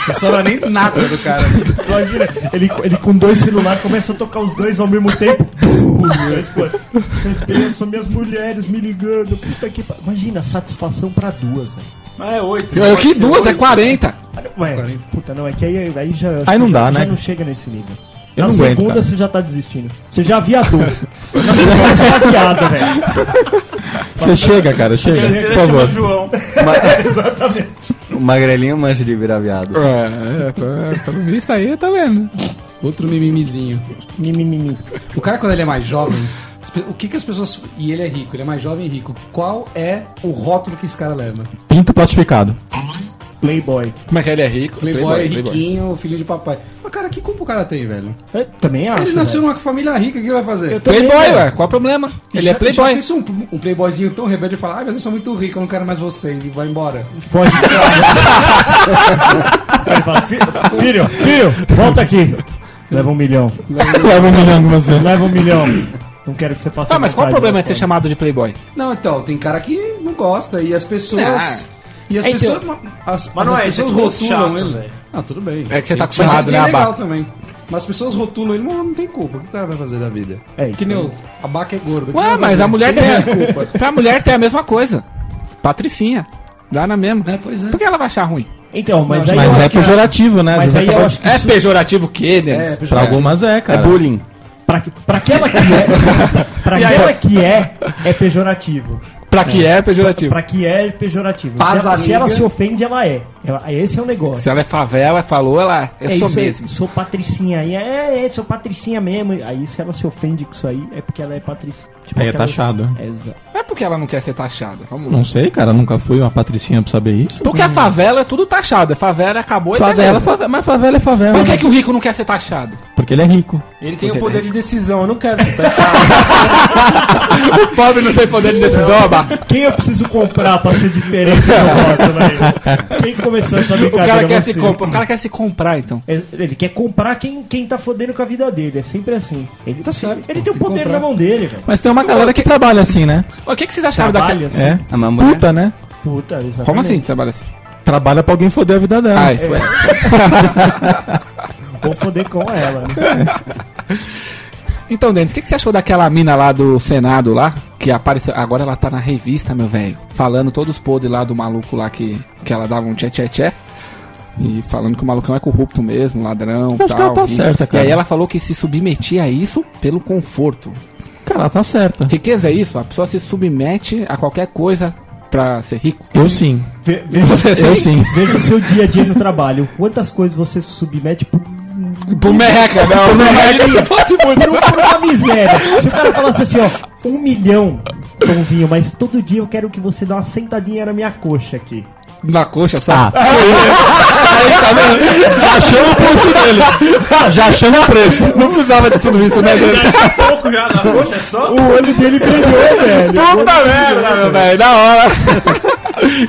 M: Não sobra nem nada do cara.
H: Imagina, ele, ele com dois celulares começa a tocar os dois ao mesmo tempo. Os dois, pô. Pensa, minhas mulheres me ligando. Puta que pa- Imagina, satisfação pra duas, velho.
C: Mas é 8.
D: Eu, que duas, é 40.
H: Ué, puta, não, é que aí, aí já.
B: Aí não dá,
H: já
B: né?
H: não chega nesse nível.
B: Eu
H: Na
B: não aguento,
H: segunda
B: cara.
H: você já tá desistindo. Você já viadou. Na segunda você já viada, velho.
B: Você chega, cara, chega. Por favor.
C: João.
H: Exatamente.
G: O magrelinho manja de virar viado.
D: É, é, tô, pelo visto aí, eu tô vendo.
F: Outro mimimizinho.
H: Mimimimi.
F: O cara, quando ele é mais jovem, as pe- o que, que as pessoas. E ele é rico, ele é mais jovem e rico. Qual é o rótulo que esse cara leva?
B: Pinto plastificado.
H: Playboy.
D: Como é que ele é rico?
F: Playboy, riquinho, filho de papai. Mas, cara, que culpa o cara tem, velho?
H: Eu É, também acho.
F: Ele nasceu
H: velho.
F: numa família rica, o que ele vai fazer?
H: Eu também,
D: Playboy,
H: velho.
D: ué. Qual o problema? né? Ele é
F: Já- Já
D: playboy.
F: pensa um, um playboyzinho tão rebelde e fala, ai, mas vocês são muito ricos, eu não quero mais vocês, e vai embora.
H: Pode. Ele fala, "Fi- filho, filho, volta aqui. Leva um milhão.
B: Leva um milhão com você.
H: Leva um milhão. Não quero é que né? você passe.
D: Ah, mas qual o
H: vontade,
D: problema de
H: meu
D: ser
H: pai.
D: chamado de playboy?
F: Não, então, tem cara que não gosta, e as pessoas. E as
D: Então-
F: pessoas. As,
C: Mas não
F: as
C: é, isso
F: pessoas
C: é tudo chato,
F: rotulam ele.
C: velho.
F: Ah, tudo bem.
D: É que você tá
F: Mas ele
D: acostumado,
F: tem
D: né,
F: legal
D: Abaca?
F: também. Mas as pessoas rotulam ele, mas não tem culpa. O que o cara vai fazer da vida?
H: É isso
F: que nem
H: aí.
F: o a Baca é gorda. que
D: Ué,
F: nem
D: mas
F: você.
D: a mulher
F: Tem
D: tem.
F: a culpa.
D: pra mulher tem a mesma coisa. Patricinha. Dá na mesma.
F: É, pois é.
D: Por que ela vai achar ruim?
H: Então, mas aí eu
B: Mas é
H: acho que.
B: pejorativo, né? Às
H: Mas aí
B: vezes acaba-
H: eu acho que.
D: É pejorativo o quê, né?
B: Pra algumas é,
G: É
B: cara.
G: bullying.
H: Pra, pra aquela que é. Pra aquela que é, é pejorativo.
D: Pra que é pejorativo?
H: Pra que é pejorativo.
F: Paz,
H: Se ela, se
F: amiga.
H: ela se ofende, ela é. Ela- Esse é o negócio.
D: Se ela é favela, falou, ela é, só
H: aí,
D: mesmo.
H: Sou patricinha aí. É, é, sou patricinha mesmo. Aí se ela se ofende com isso aí, é porque ela é patricinha. Tipo,
B: Aí é
H: aquelas-
B: taxado.
H: Exato.
D: Não é porque ela não quer ser taxada. Vamos lá.
B: Não sei, cara, nunca fui uma patricinha pra saber isso.
D: Porque a favela é tudo taxado. A favela acabou e
B: Favela,
D: beleza.
B: favela, mas favela é favela.
D: Por que, que o rico não quer ser taxado?
B: Porque ele é rico.
C: Ele tem o
D: né?
C: poder de decisão, eu não quero ser taxado.
D: O pobre não tem poder de decisão, Abaca.
H: Quem eu preciso comprar pra ser diferente do voto, velho? Quem começou essa
D: O
H: brincadeira?
D: cara, quer
H: você?
D: se comprar, o cara quer se comprar, então.
H: É, Ele quer comprar quem, quem tá fodendo com a vida dele. É sempre assim. Ele,
F: Tá certo,
H: ele
F: pô,
H: tem
F: tem
H: o
F: que
H: poder
F: comprar.
H: na mão dele, velho.
B: Mas tem uma
D: é
B: galera que trabalha assim, né?
D: O que, que vocês acharam daquela.
H: Trabalha assim.
B: É.
G: A mamãe.
B: Puta, né?
H: Puta, exatamente.
D: Tá Como assim trabalha assim?
B: Trabalha pra alguém foder a vida dela.
D: Ah, isso é.
H: Vou foder com ela. né?
D: Então, Denis, o que, que você achou daquela mina lá do Senado lá? Que apareceu. Agora ela tá na revista, meu velho. Falando todos os podres lá do maluco lá que, que ela dava um tchê-tchê-tchê. E falando que o malucão é corrupto mesmo, ladrão,
B: Acho que ela tá
D: rico.
B: certa, cara.
D: E aí ela falou que se submetia a isso pelo conforto.
B: Cara, ela tá certa.
D: Riqueza é isso, a pessoa se submete a qualquer coisa pra ser rico.
B: Eu sim.
H: Ve- veja,
D: Você
B: Eu sim.
H: veja o seu dia a dia no trabalho. Quantas coisas você se submete por,
D: Bumeca, não, não imagina se fosse
H: por, um- por uma miséria. Se o cara falasse assim, ó, um milhão, Tomzinho, mas todo dia eu quero que você dê uma sentadinha na minha coxa aqui.
D: na coxa,
B: Ah,
D: sabe?
B: já chama o preço dele. Já chama o preço.
D: Não precisava de tudo isso, né, Denis?
C: pouco já na coxa, é só.
H: O olho dele brilhou, velho.
D: Puta merda, meu velho, da hora.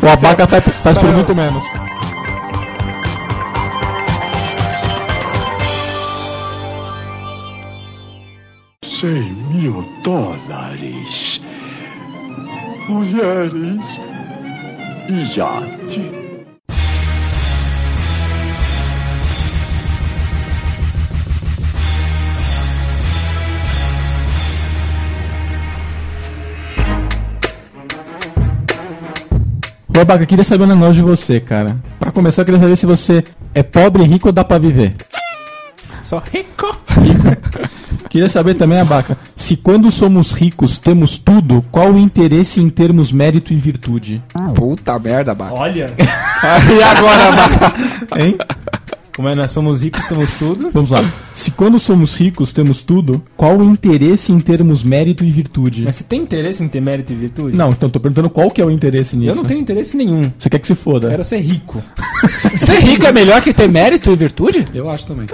B: O abaca faz, faz por muito menos.
N: Cem mil dólares. Mulheres e iate.
B: Ô, abaca, queria saber um negócio de você, cara. Pra começar, eu queria saber se você é pobre, rico ou dá pra viver.
C: Só rico.
B: Queria saber também, Abaca, se quando somos ricos temos tudo, qual o interesse em termos mérito e virtude?
D: Puta merda, Baca.
H: Olha,
D: E agora, Baca?
B: Hein?
C: Como é, nós somos ricos, temos tudo.
B: Vamos lá. Se quando somos ricos temos tudo, qual o interesse em termos mérito e virtude?
C: Mas você tem interesse em ter mérito e virtude?
B: Não, então tô perguntando qual que é o interesse nisso.
C: Eu não tenho interesse nenhum.
B: Você quer que se foda?
C: Quero ser rico.
D: Ser rico é melhor que ter mérito e virtude?
F: Eu acho também.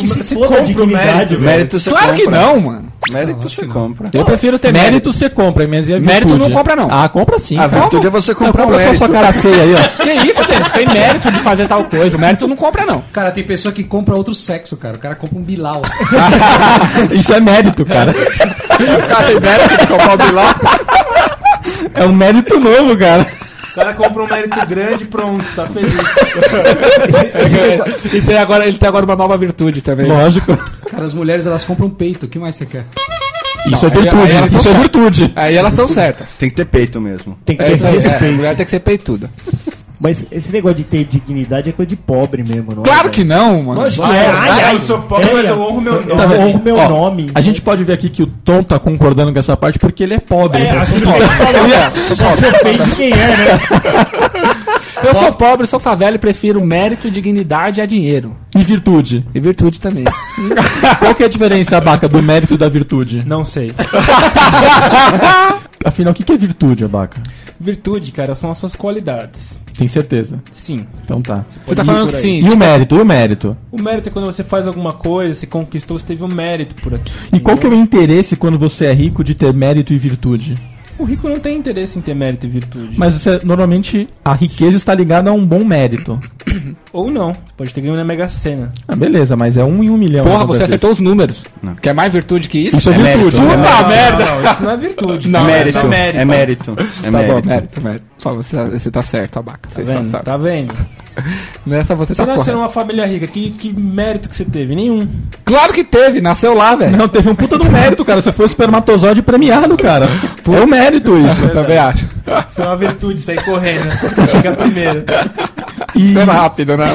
H: Que se
C: Você
H: foda a
C: compra o
H: dignidade,
C: mérito,
H: velho.
G: Mérito você
D: Claro
G: compra.
D: que não, mano.
G: Mérito você compra.
D: Eu prefiro ter mérito.
B: Mérito você compra, mas e a virtude?
D: Mérito não compra, não.
B: Ah, compra sim.
G: A virtude é você comprar o
B: compra só
G: mérito.
B: sua cara feia aí, ó.
D: Que isso, Denis? Tem mérito de fazer tal coisa. Mérito não compra, não.
F: Cara, tem pessoa que compra outro sexo, cara. O cara compra um bilau.
B: Isso é mérito, cara.
D: Cara, tem mérito de comprar o Bilal.
B: É um mérito novo, cara.
C: O cara compra um mérito grande, pronto, tá feliz.
D: E tem É, agora, ele tem agora uma nova virtude também.
B: Lógico.
F: Cara, as mulheres, elas compram um peito. O que mais você quer?
B: Isso é
D: aí- aí
B: virtude.
D: elas tão
B: Isso é
D: certas.
B: virtude.
D: Aí elas estão certas.
G: Tem que ter peito mesmo.
H: Tem que
D: É
H: ter
D: isso aí, é,
H: respeito.
D: mulher tem que ser peituda.
H: Mas esse negócio de ter dignidade é coisa de pobre mesmo, não é,
D: Claro
H: velho?
D: que não, mano.
H: Lógico que é. Ai, ai,
C: eu sou pobre,
H: é,
C: mas eu honro meu nome.
H: Eu
B: Tá vendo?
H: honro meu
B: Ó,
H: nome.
B: A gente pode ver aqui que o Tom tá concordando com essa parte porque ele é pobre.
H: É, assim, você ofende quem é, né?
D: Eu sou pobre, sou favela e prefiro mérito, dignidade a dinheiro.
B: E virtude.
D: E virtude também.
B: Qual que é a diferença, Abaca, do mérito e da virtude?
C: Não sei.
B: Afinal, o que que é virtude, Abaca?
C: Virtude, cara, são as suas qualidades.
B: Tem certeza.
C: Sim.
B: Então tá.
D: Você tá falando
C: por
D: que
C: aí.
D: sim.
B: E o mérito, e o mérito?
C: O mérito é quando você faz alguma coisa, se conquistou, você teve um mérito por aqui.
B: E qual que é o interesse quando você é rico de ter mérito e virtude?
C: O rico não tem interesse em ter mérito e virtude.
B: Mas você, normalmente a riqueza está ligada a um bom mérito.
C: Ou não. Pode ter ganho na Mega Sena.
B: Ah, beleza, mas é um em um milhão.
D: Porra,
B: Acontece
D: você acertou os números. Quer mais virtude que isso?
B: Isso é virtude.
D: Puta Ah, merda!
C: Não, isso não é virtude.
D: Não,
G: mérito.
C: isso é mérito.
G: É mérito. É mérito.
D: Tá Mérito, mérito. Só você, você tá certo, abaca. Você
C: Tá
D: está
C: vendo?
D: certo.
C: Tá vendo?
D: Nessa você
C: Você
D: tá
C: nasceu
D: correto.
C: numa família rica, que, que mérito que você teve? Nenhum.
D: Claro que teve, nasceu lá, velho.
B: Não, teve um puta do mérito, cara. Você foi espermatozoide premiado, cara. É um mérito isso.
D: Eu também acho.
C: Foi uma virtude sair correndo. né? Chegar primeiro.
B: E,
D: Sendo rápido, né?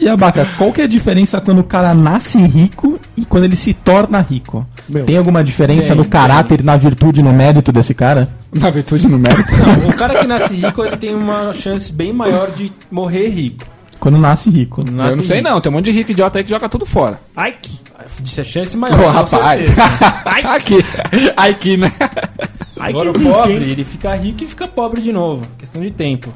B: e Abaca, qual que é a diferença quando o cara nasce rico e quando ele se torna rico? tem alguma diferença
C: tem,
B: no caráter, na virtude, no mérito desse cara?
D: Na virtude no mérito.
C: O Um cara que nasce rico, ele tem uma chance bem maior de morrer rico.
B: Quando nasce rico.
C: Ah,
D: eu não sei não, tem um monte de rico idiota aí que joga tudo fora.
C: Ai, que... Disse a chance
D: Ô,
C: maior. com
D: rapaz.
C: certeza. É
D: aqui. Aqui, né?
H: Ai, que
C: Agora o
H: existe,
C: pobre,
H: hein?
C: ele fica rico e fica pobre de novo. Questão de tempo.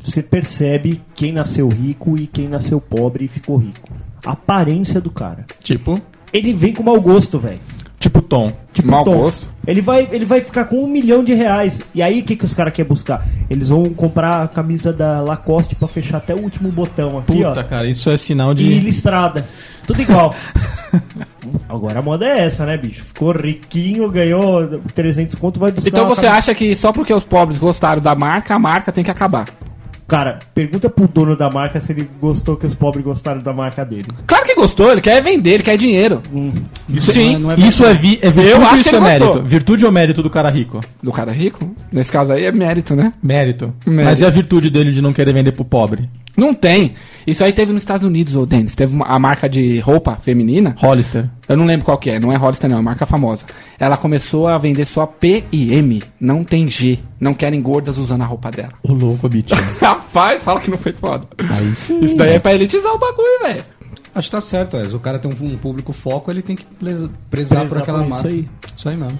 H: Você percebe quem nasceu rico e quem nasceu pobre e ficou rico. A aparência do cara.
B: Tipo?
H: Ele vem com mau gosto, velho.
B: Tipo Tom.
D: Tipo, Mau
H: Tom,
D: gosto.
H: Ele vai, ele vai ficar com um milhão de reais. E aí, o que, que os caras querem buscar? Eles vão comprar a camisa da Lacoste pra fechar até o último botão aqui,
B: Puta,
H: ó.
B: cara, isso é sinal de.
H: E listrada. Tudo igual. Agora a moda é essa, né, bicho? Ficou riquinho, ganhou 300 conto, vai buscar
D: Então
H: uma
D: você
H: camisa-
D: acha que só porque os pobres gostaram da marca, a marca tem que acabar.
H: Cara, pergunta pro dono da marca se ele gostou que os pobres gostaram da marca dele.
D: Claro que gostou, ele quer vender, ele quer dinheiro.
B: Isso,
D: Sim.
B: não é- não é isso é, vi, é virtude
D: Eu acho
B: ou
D: que
B: isso é
D: ele gostou.
B: mérito? Virtude ou mérito do cara rico?
D: Do cara rico? Nesse caso aí é mérito, né?
B: Mérito.
D: Mérito.
B: Mas e a virtude dele de não querer vender pro pobre?
D: Não tem. Isso aí teve nos Estados Unidos, ô Denis. Teve uma, a marca de roupa feminina.
B: Hollister.
D: Eu não lembro qual que é, não é Hollister não, é uma marca famosa. Ela começou a vender só P e M, não tem G. Não querem gordas usando a roupa dela.
B: Ô louco, bicho.
D: Rapaz, fala que não foi foda.
B: Aí sim.
D: Isso daí é pra elitizar o bagulho, velho.
F: Acho que tá certo, Wes. O cara tem um, um público foco, ele tem que preza- prezar por aquela
H: por isso
F: marca.
H: aí.
F: Isso aí mesmo.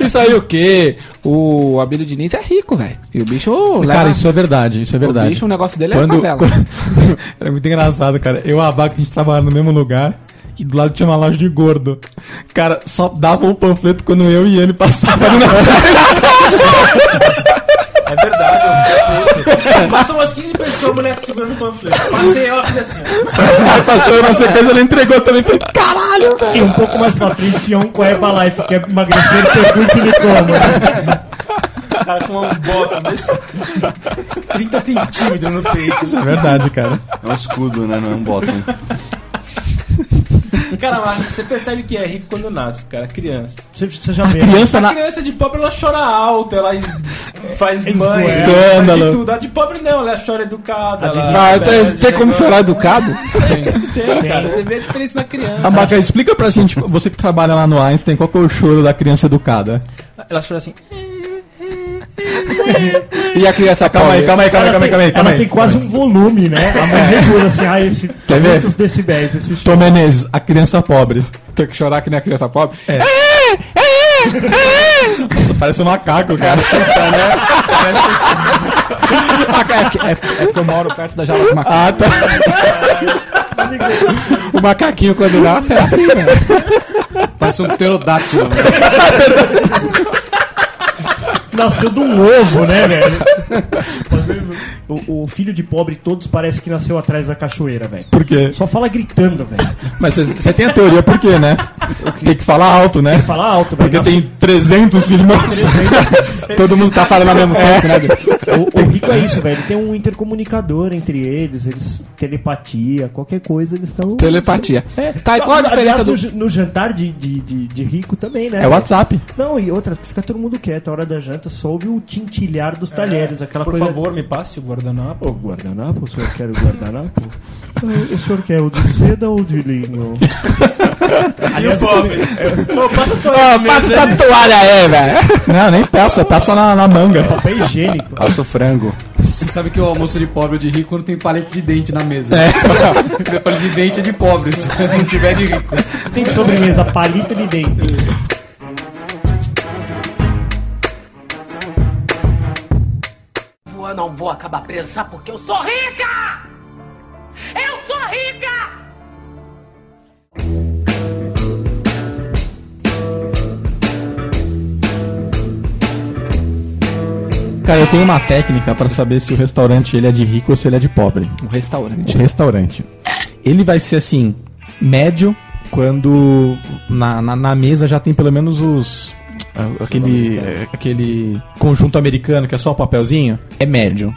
D: Isso aí o quê? O Abílio Diniz é rico, velho. E o bicho leva...
B: Cara, isso é verdade, isso é
D: O
B: verdade.
D: bicho, o negócio dele é
B: Quando...
D: favela.
B: Era muito engraçado, cara. Eu e a Abaca, a gente trabalhava no mesmo lugar e do lado tinha uma loja de gordo. Cara, só dava o panfleto quando eu e ele passavam ali na
C: É verdade. Passou umas 15 pessoas, o moleque segurando o panfleto. Passei, ó, fiz assim.
B: Aí passou na sequência, ele entregou também. Falei, caralho, velho.
H: E um pouco mais pra frente tinha um com a Herbalife, que é emagrecer, percute de coma.
C: O cara com um uma bota desse. 30 centímetros no peito.
B: É verdade, cara.
G: É um escudo, né? Não é um bottom.
C: Cara, mas você percebe que é rico quando nasce, cara. Criança.
H: Você, você já vê. né?
B: Criança
C: A
B: na.
C: criança de pobre, ela chora alto, ela es- faz mãe,
H: Esguela.
C: ela faz de
B: Escândalo. então
C: tudo. A de pobre não, ela é chora educada. Ela...
D: Ah, tem, tem
B: é
D: como
C: negócio.
D: ser lá educado?
C: Tem, cara. Você vê a diferença na criança.
B: Abaca, explica pra gente, você que trabalha lá no Einstein, qual que é o choro da criança educada?
C: Ela chora assim.
D: E a criança
B: Calma aí,
D: pobre?
B: calma aí, calma aí, calma aí, calma aí.
H: Ela
B: Calma
H: tem
B: aí.
H: quase um volume, né? A mãe regula assim, ah, esse.
B: Quer ver?
H: Quantos decibéis esse
B: Tom Menezes, a criança pobre.
D: Tem que chorar que nem a criança pobre?
B: É.
D: É,
B: Nossa, parece um macaco, cara.
D: É, é porque eu moro perto da jaula do macaco.
B: Ah, tá. um
D: O macaquinho quando nasce é assim, velho.
F: Parece um pterodátilo. velho.
H: Nasceu de um ovo, né, velho? O, o filho de pobre, todos parece que nasceu atrás da cachoeira, velho.
B: Por quê?
H: Só fala gritando, velho.
B: Mas você tem a teoria por quê, né? Tem que falar alto, né?
H: Fala alto, velho.
B: Porque tem 300 irmãos.
D: Todo mundo tá falando ao mesmo
B: É.
D: tempo, né? bicho?
H: O, o rico é isso, velho. Tem um intercomunicador entre eles, eles telepatia, qualquer coisa eles estão.
D: Telepatia.
B: É.
D: Tá, e qual a
H: Aliás,
D: diferença do...
H: no, j- no jantar de, de, de, de rico também, né?
B: É WhatsApp.
H: Não, e outra, fica todo mundo quieto, a hora da janta, só ouve o tintilhar dos talheres, aquela
C: É, Por
H: coisa.
C: favor, me passe o guardanapo.
H: Ô, guardanapo, o senhor quer o guardanapo? Ah, o senhor quer o de seda ou de linho? Aliás,
D: Passa essa toalha aí, velho.
B: Não, nem peça, peça na, na manga.
H: papel higiênico.
O: Passo frango.
F: Você sabe que o almoço de pobre ou de rico não tem palito de dente na mesa. É. palito de dente é de pobre, se não tiver de rico.
H: Tem de sobremesa, palito de dente.
P: Eu não vou acabar presa porque eu sou rica! Eu sou rica!
B: Cara, eu tenho uma técnica pra saber se o restaurante ele é de rico ou se ele é de pobre.
D: Um
B: O
D: restaurante.
B: restaurante. Ele vai ser assim, médio, quando na, na, na mesa já tem pelo menos os. ah, Aquele, eh, aquele conjunto americano que é só o papelzinho. É médio.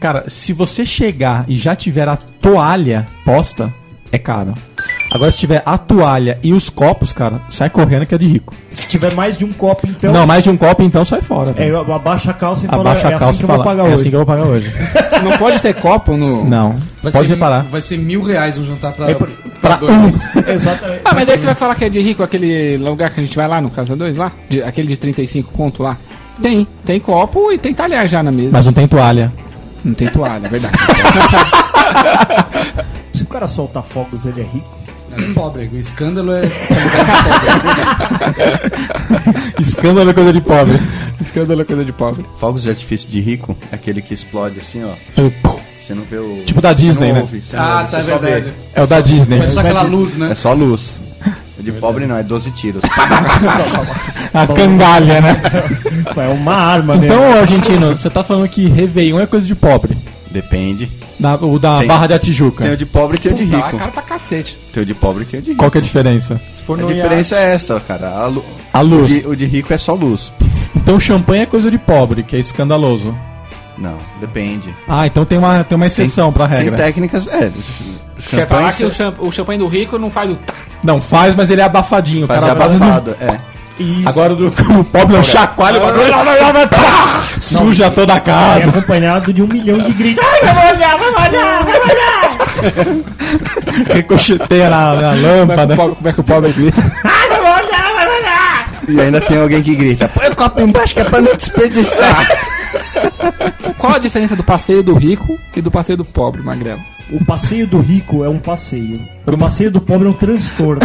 B: Cara, se você chegar e já tiver a toalha posta, é caro. Agora, se tiver a toalha e os copos, cara, sai correndo que é de rico.
H: Se tiver mais de um copo, então.
B: Não, mais de um copo, então sai fora.
H: É,
B: velho.
H: eu abaixa a calça e fala,
B: Abaixa
H: é
B: a calça
H: assim
B: e
H: que eu vou
B: fala.
H: pagar
B: é
H: hoje.
B: assim que eu vou pagar hoje.
D: Não pode ter copo no...
B: Não. Pode
F: ser-
B: reparar.
F: Vai ser mil reais um jantar pra, pra um.
B: Pra
F: dois.
H: Exatamente.
D: Ah, mas daí você vai falar que é de rico aquele lugar que a gente vai lá no Casa 2 lá? De- aquele de 35 conto lá? Tem. Tem copo e tem talher já na mesa.
B: Mas não tem toalha.
D: Não tem toalha, é verdade.
H: Se o cara solta fogos, ele é rico.
F: É pobre, o escândalo é.
B: Escândalo é coisa de pobre.
D: Escândalo é coisa de pobre.
G: Fogos de artifício de rico é aquele que explode assim, ó. Você não vê o.
B: Tipo da Disney, né?
F: Ah, tá, é verdade.
B: É o da Disney.
F: Mas só aquela luz, né?
G: É só luz. O de pobre não, é 12 tiros.
B: A cangalha, né?
H: É uma arma mesmo.
B: Então, argentino, você tá falando que Réveillon é coisa de pobre.
G: Depende.
B: Da, o da
G: Tem.
B: Barra da
G: Tem o
B: Tijuca.
G: de pobre e tem o de
D: Tá,
G: rico.
D: cara pra cacete.
G: Tem o de pobre e tem o de rico.
B: Qual que é a diferença?
G: A diferença é essa, cara. A lu-
B: A
G: o,
B: luz.
G: de, o de rico é só luz.
B: Então champanhe é coisa de pobre, que é escandaloso.
G: Não, depende.
B: Ah, então tem uma, tem uma exceção pra
G: Tem
B: regra.
G: técnicas. É,
D: Você vai falar "Ah,
G: champanhe
D: que o, champ o champanhe do rico não faz o... tá.
B: Não, faz, mas ele é abafadinho. o
G: faz
B: cara
G: abafado. É.
B: Agora o do o pobre é um chacoalho. Suja toda a
H: É
B: casa.
H: acompanhado de um milhão de gritos.
B: Ricocheteia na, na lâmpada.
D: Como é que o pobre grita?
G: E ainda tem alguém que grita. Põe o copo embaixo que é pra não desperdiçar.
D: Qual a diferença do passeio do rico e do passeio do pobre, Magrelo?
H: O passeio do rico é um passeio. O passeio do pobre é um transtorno.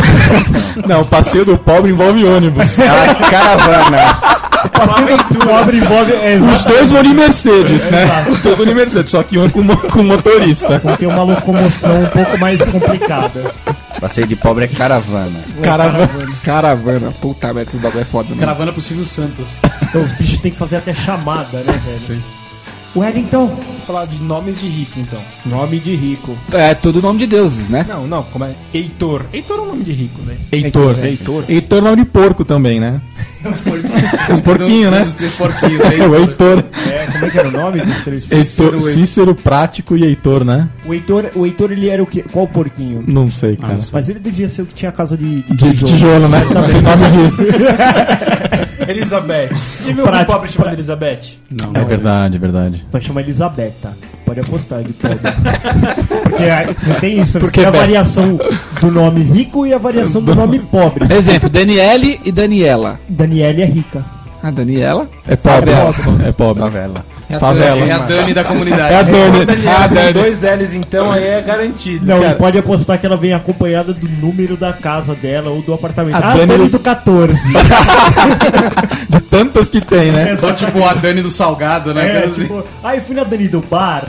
B: Não, o passeio do pobre envolve ônibus.
G: Ah, que caravana.
H: O passeio do pobre envolve. É,
B: Os dois vão de Mercedes, né?
H: Exato.
B: Os dois vão de Mercedes, só que um é com, mo- com motorista.
H: tem uma locomoção um pouco mais complicada.
G: Passeio de pobre é caravana.
B: Caravana.
D: Caravana. Puta merda, esse bagulho é foda, né?
F: Caravana pro Silvio Santos.
H: Então os bichos têm que fazer até chamada, né, velho? Wellington,
C: Vamos falar de nomes de rico, então. Nome de rico.
D: É tudo nome de deuses, né?
C: Não, não, como é? Heitor. Heitor é um nome de rico, velho.
B: Heitor.
D: Heitor.
B: Heitor é nome de porco também, né? um porquinho, né?
F: Os três porquinhos
B: É o
F: aí.
B: Heitor.
H: é, como é que era o nome dos três?
B: Heitor, Cícero, Prático e Heitor, né?
H: O Heitor, o Heitor ele era o quê? Qual porquinho?
B: Não sei, cara.
H: Mas ele devia ser o que tinha a casa de, de
B: De tijolo, né? Nome
C: Elizabeth. Você já viu algum
H: Prático.
C: pobre chamado Elizabeth?
B: de... É verdade, é verdade.
H: Vai tipo, chamar Elisabetta. Pode apostar, ele pode. Porque ah, você tem isso, você
D: Porque
H: tem a
D: Beth.
H: variação do nome rico e a variação do nome pobre.
D: Exemplo, Daniele e Daniela.
H: Daniele é rica.
D: A Daniela?
B: É pobre.
D: Favela.
B: É pobre.
D: Favela.
B: É a Favela. Dani- é a Dani da comunidade. É a Dani.
C: Daniela
B: Ah,
C: com
B: Dani.
C: dois L's, então, aí é garantido.
H: Não,
C: cara.
H: ele pode apostar que ela vem acompanhada do número da casa dela ou do apartamento.
B: A
H: ah,
B: Dani-
H: Dani do 14.
B: De tantas que tem,
F: É,
B: né?
K: Só tipo a Dani do Salgado, né?
H: É,
K: Aquelas-
H: tipo, ah, eu fui na Dani do bar.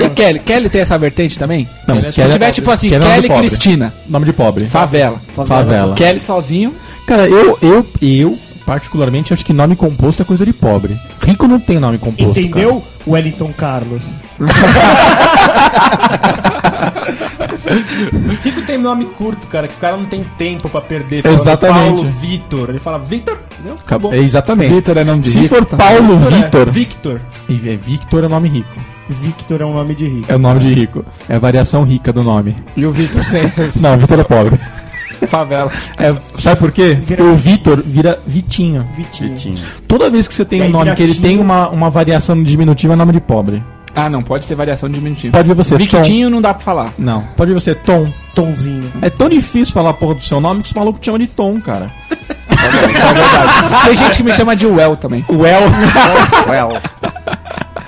D: E Kelly? Kelly tem essa vertente também?
B: Não,
D: Se tiver tipo assim,
B: Kelly é nome de
D: Kelly
B: pobre.
D: Cristina,
B: Nome de pobre.
D: favela.
B: Favela.
D: Kelly sozinho.
B: Cara, eu, eu, eu, particularmente, acho que nome composto é coisa de pobre. Rico não tem nome composto.
H: Entendeu? Wellington Carlos.
C: Rico tem nome curto, cara, que o cara não tem tempo pra perder.
B: Exatamente.
C: Paulo Vitor. Ele fala Vitor. entendeu?
B: Cara. Acabou. É, exatamente.
D: Vitor é nome de
B: Se
D: rico,
B: for
D: tá?
B: Paulo Vitor.
C: É, Victor.
B: E- é, Victor é nome rico.
H: Victor é um nome de rico.
B: É o nome de rico. É a variação rica do nome.
D: E o Vitor sem
B: Não, Vitor é pobre.
D: favela.
B: É, sabe por quê? Porque o Vitor vira Vitinho.
H: Vitinho.
B: Toda vez que você tem
H: É,
B: um nome que ele
H: Vitinho.
B: tem uma, uma variação diminutiva, é nome de pobre.
D: Ah, não, pode ter variação diminutiva.
B: Pode ver você,
D: Victinho não dá pra falar.
B: Não. Pode ver você, Tom.
H: Tonzinho.
B: É tão difícil falar a porra do seu nome que os malucos te chamam de Tom, cara.
D: Tem gente que me chama de Well também.
B: Well.
Q: Well.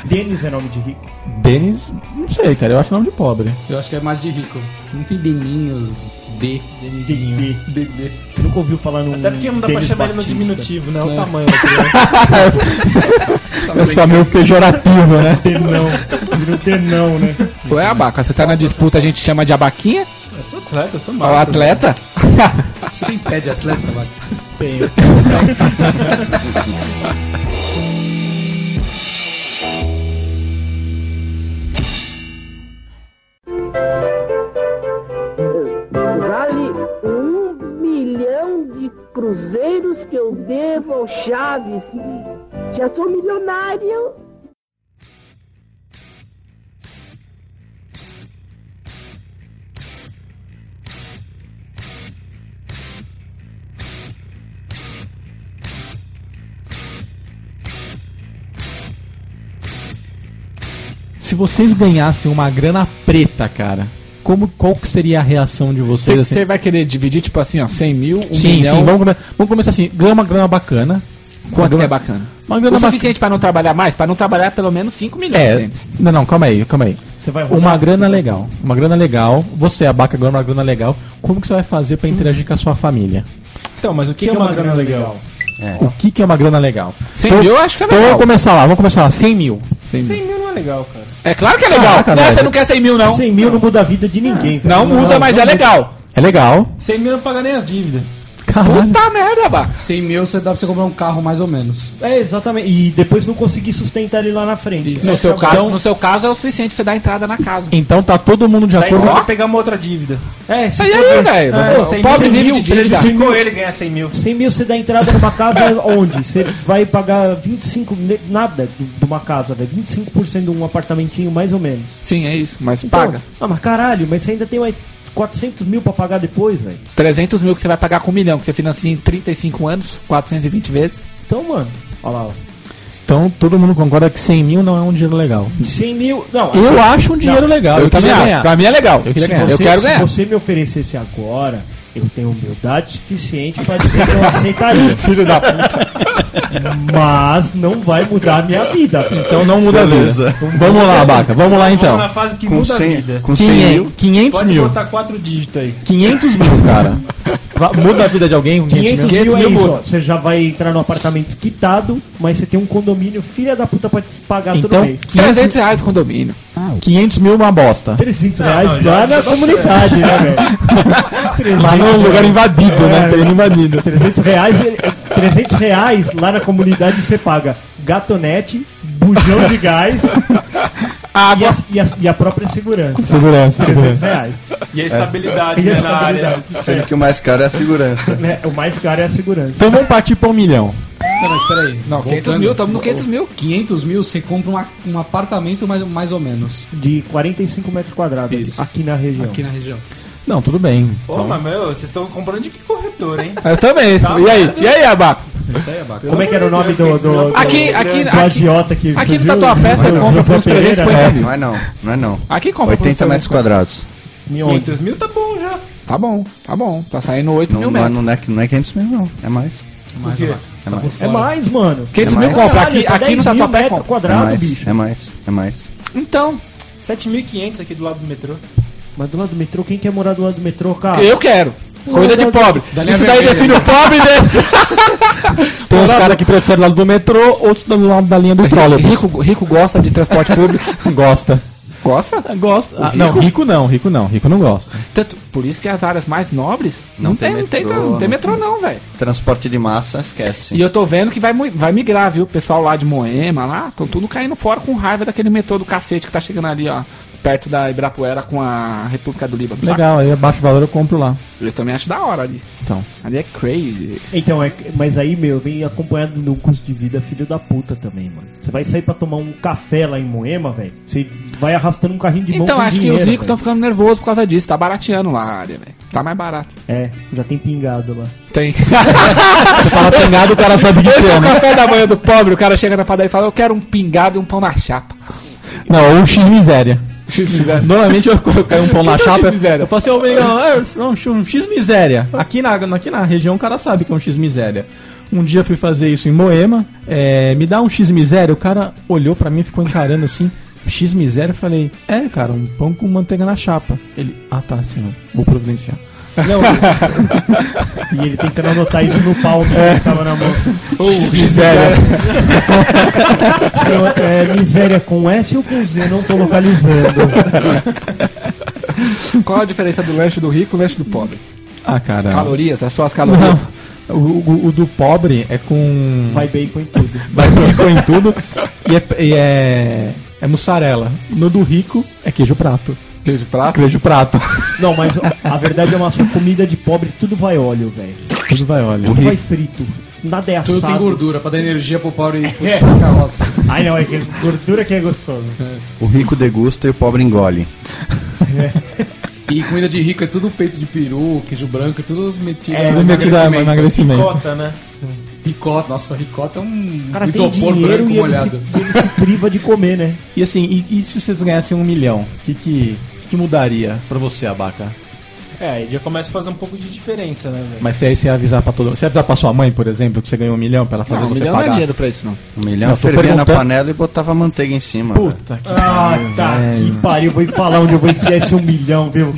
H: Denis é nome de rico.
B: Denis, não sei, cara. Eu acho nome de pobre.
F: Eu acho que é mais de rico. Não tem deninhos, D.
H: Denis.
F: DD.
H: Você nunca ouviu falar num.
C: Até porque não dá
H: Denis
C: pra chamar
H: Batista.
C: ele no diminutivo, né? O
F: É.
C: tamanho. da criança.
B: É só meio pejorativo, né?
H: Denão. Virou Denão, né?
D: Ué, Abaca, você tá na disputa, a gente chama de Abaquinha?
C: Eu sou atleta, eu sou
D: Ou
C: mal.
F: né?
D: atleta?
F: Você tem pé de atleta, vai.
H: Tenho.
R: Vale um milhão de cruzeiros que eu devo ao Chaves. Já sou milionário.
B: Se vocês ganhassem uma grana preta, cara, como, qual que seria a reação de vocês?
D: Você
B: assim?
D: você vai querer dividir, tipo assim, ó, 100 mil, 1
B: sim,
D: milhão?
B: sim. Vamos, come- vamos começar assim. Ganha uma grana bacana.
D: Quanto que
B: Uma
D: é bacana?
B: Uma grana
D: O
B: bacana.
D: suficiente pra não trabalhar mais? Pra não trabalhar pelo menos 5 milhões.
B: É,
D: gente.
B: não, não, calma aí, calma aí.
H: Você vai rodar?
B: Uma grana legal. Uma grana legal. Você, abaca, ganha uma grana legal. Como que você vai fazer pra interagir com a sua família?
C: Então, mas o que, é uma grana legal?
B: O que, que é uma grana legal?
D: 100 mil eu acho que é
B: Então vamos
D: legal.
B: começar lá, vamos começar lá. 100 mil.
D: 100 mil.
C: 100 mil não é legal, cara.
D: É claro que é legal.
B: Caraca,
D: não,
B: velho.
D: você não quer 100 mil, não.
H: 100 mil não muda a vida de ninguém, velho.
D: Não muda, mas é legal.
B: É legal.
C: 100 mil não paga nem as dívidas.
B: Caralho.
D: Puta merda, Abaca.
F: 100 mil você dá pra você comprar um carro mais ou menos.
H: É, exatamente. E depois não conseguir sustentar ele lá na frente. Então,
D: No seu, caso, no seu caso é o suficiente pra você dar a entrada na casa.
B: Então tá todo mundo de
C: Daí
B: acordo.
C: pode pegar uma outra dívida.
H: É,
D: E aí, velho?
C: É,
D: o
C: 100
D: pobre
C: mil,
D: vive de
C: 100 mil,
D: dívida.
C: Prejudicou ele ganhar 100 mil.
H: 100 mil você dá entrada numa casa onde? Você vai pagar 25, ne- nada de de uma casa, velho. 25% de um apartamentinho, mais ou menos.
D: Sim, é isso. Mas
H: Então,
D: paga.
H: Ah, mas caralho, mas você ainda tem mais 400 mil pra pagar depois, velho.
D: 300 mil que você vai pagar com um milhão, que você financia em 35 anos, 420 vezes.
H: Então, mano, olha lá, ó.
B: Então todo mundo concorda que 100 mil não é um dinheiro legal.
H: De 100 mil. Não,
B: Eu acho um dinheiro legal.
D: eu também
B: queria
D: acho.
B: ganhar.
D: Pra mim é legal.
B: Eu queria
D: Se
B: ganhar.
D: você- quero
H: se
D: ganhar.
H: você me oferecesse agora, eu tenho humildade suficiente pra dizer que eu aceitaria.
D: Filho da puta.
H: Mas não vai mudar a minha vida.
B: Então não muda a
Q: Beleza.
B: vida. Vamos lá, abaca. Vamos lá
C: Então, na
B: então.
C: fase que
Q: Com
C: muda a
Q: 100,
C: vida.
Q: com 100
B: 500,
Q: mil,
B: 500
C: Pode
B: mil.
C: botar quatro dígitos aí.
B: 500 mil, cara. Va- Muda a vida de alguém com 500 mil?
H: 500 mil,
D: 500
H: é
D: mil
H: isso,
D: muda.
H: ó. Você já vai entrar no apartamento quitado, mas você tem um condomínio filha da puta pra te pagar todo
B: Então,
H: mês.
D: 300 reais condomínio.
B: 500 mil é uma bosta.
H: 300 reais
C: não,
H: lá
C: já-
H: na comunidade, né, velho? 300
B: Lá num um lugar invadido, né?
H: É.
B: Terreno invadido.
H: 300 reais, eh, 300 reais lá na comunidade você paga gatonete, bujão de gás e,
D: Água.
H: a, e a- e a própria segurança.
B: Segurança,
H: 300
B: segurança.
H: reais.
C: E a estabilidade,
H: E a
C: né, na área.
H: estabilidade.
Q: sendo que o mais caro é a segurança.
H: Né, O mais caro é a segurança.
B: Então vamos partir pra um milhão.
F: Não, mas peraí.
D: Não, 500
F: Voltando.
D: mil, estamos no 500 mil.
F: 500 mil você compra uma- um apartamento mais, mais ou menos
H: De 45 metros quadrados
F: Isso.
H: aqui na região.
F: aqui na região.
B: Não, tudo bem.
C: Pô, mas meu, vocês estão comprando de que corretor, hein?
D: Eu É, também. E aí? E aí, Abaco?
F: Isso aí é bacana.
H: Como é que era o nome do, do, do,
D: Aqui, aqui,
H: do
D: aqui,
H: agiota que
D: aqui no
H: surgiu?
D: Tatuapé você
H: José
D: compra por uns
H: Pereira, né?
D: 350 mil.
Q: Não é não, não é não.
D: Aqui compra por uns
Q: 80 metros
D: 350
Q: quadrados.
H: Minha onda.
C: 500 mil tá bom já.
D: Tá bom, tá bom. Tá saindo 8
Q: Não,
D: mil
Q: não, é-
D: metros.
Q: não, é, que- não é 500 mil, não. É mais.
H: Por quê?
G: É mais.
H: É mais, mano.
G: 500 mil
H: Caralho,
G: compra,
D: aqui-
H: tá
D: aqui no
H: 10 mil
D: Tatuapé
H: metro
D: compra.
G: é
H: quadrado,
G: mais,
H: bicho.
G: É mais, é mais.
D: Então.
C: 7.500 aqui do lado do metrô.
H: Mas do lado do metrô, quem quer morar do lado do metrô, cara?
D: Eu quero. Coisa de pobre. Isso daí define o pobre dele.
B: Tem uns caras que preferem lado do metrô, outros do lado da linha do trólebus.
D: Rico, rico gosta de transporte público.
B: Gosta.
D: Gosta?
B: Gosta.
D: O
B: não,
D: Ah, rico-
B: rico não, rico não, rico não gosta.
D: Tanto, por isso que as áreas mais nobres não, tem, não tem, não, tem metrô né? não, velho.
G: Transporte de massa, esquece.
D: E eu tô vendo que vai, mu- vai migrar, viu? O pessoal lá de Moema, lá, estão tudo caindo fora com raiva daquele metrô do cacete que tá chegando ali, ó. Perto da Ibirapuera com a República do Líbano. saca?
B: Legal, aí abaixo o valor eu compro lá.
D: Eu também acho da hora ali.
B: Então.
D: Ali é crazy.
H: Então, é, mas aí, meu, vem acompanhado de um custo de vida filho da puta também, mano. Você vai sair pra tomar um café lá em Moema, velho. Você vai arrastando um carrinho de mão
D: Então,
H: com
D: acho
H: dinheiro,
D: que os ricos estão
H: velho.
D: ficando nervosos por causa disso. Tá barateando lá a área, velho. Tá mais barato.
H: É, já tem pingado lá.
D: Tem. Você
B: fala pingado, o cara sabe de
D: Esse
B: que
D: é
B: é,
D: o
B: né?
D: café da manhã do pobre, o cara chega na padaria e fala, eu quero um pingado e um pão na chapa.
B: Não, ou X miséria. Normalmente eu quando eu caio um pão
C: tá
B: na chapa. Eu falo assim, ô amigão, é, não, um X miséria. Aqui na, aqui na região o cara sabe que é um X miséria. Um dia eu fui fazer isso em Moema, é, me dá um X miséria, o cara olhou pra mim e ficou encarando assim. X miséria, eu falei, é, cara, um pão com manteiga na chapa. Ele, ah tá, assim, não, vou providenciar.
H: E ele tentando anotar isso no palmo
D: É.
H: que tava na mão.
B: miséria.
H: Não, é miséria com S ou com Z? Não tô localizando.
D: Qual a diferença do lanche do rico e o lanche do pobre?
B: Ah, cara.
D: Calorias, as suas calorias.
B: Não. O, o- o do pobre é com.
H: Vai bacon em tudo.
B: Vai bacon em tudo. E é, e é. É mussarela. No do rico é queijo prato.
D: Queijo prato?
B: Queijo prato.
H: Não, mas a verdade é uma só comida de pobre, tudo vai óleo, velho.
B: Tudo vai óleo.
H: Tudo vai frito. Nada é assado.
F: Tudo tem gordura, pra dar energia pro pobre e
H: É.
F: puxar a carroça.
H: Ai não, é que gordura que é gostoso.
G: O rico degusta e o pobre engole.
F: E comida de rico é tudo peito de peru, queijo branco, é tudo metido
B: É, tudo metido a emagrecimento.
F: Ricota, né? Ricota, nossa, ricota é um
H: O cara tem
F: isopor
H: dinheiro
F: branco
H: e ele se,
F: molhado.
H: e ele se priva de comer, né?
B: E assim, e, e se vocês ganhassem um milhão? O que, que, que que mudaria pra você, Abaca?
C: É, aí já começa a fazer um pouco de diferença, né, velho?
B: Mas se aí você ia avisar pra todo Você ia avisar pra sua mãe, por exemplo, que você ganhou um milhão pra ela fazer
D: Não, um
B: você
D: milhão não é
B: pagar?
D: dinheiro pra isso, não.
G: Um milhão
B: Não, tô
G: fervia na
B: perguntando-
G: panela e botava manteiga em cima.
B: Puta que
H: Ah, tá. Que pariu. Vou falar onde eu vou enfiar esse um milhão, viu?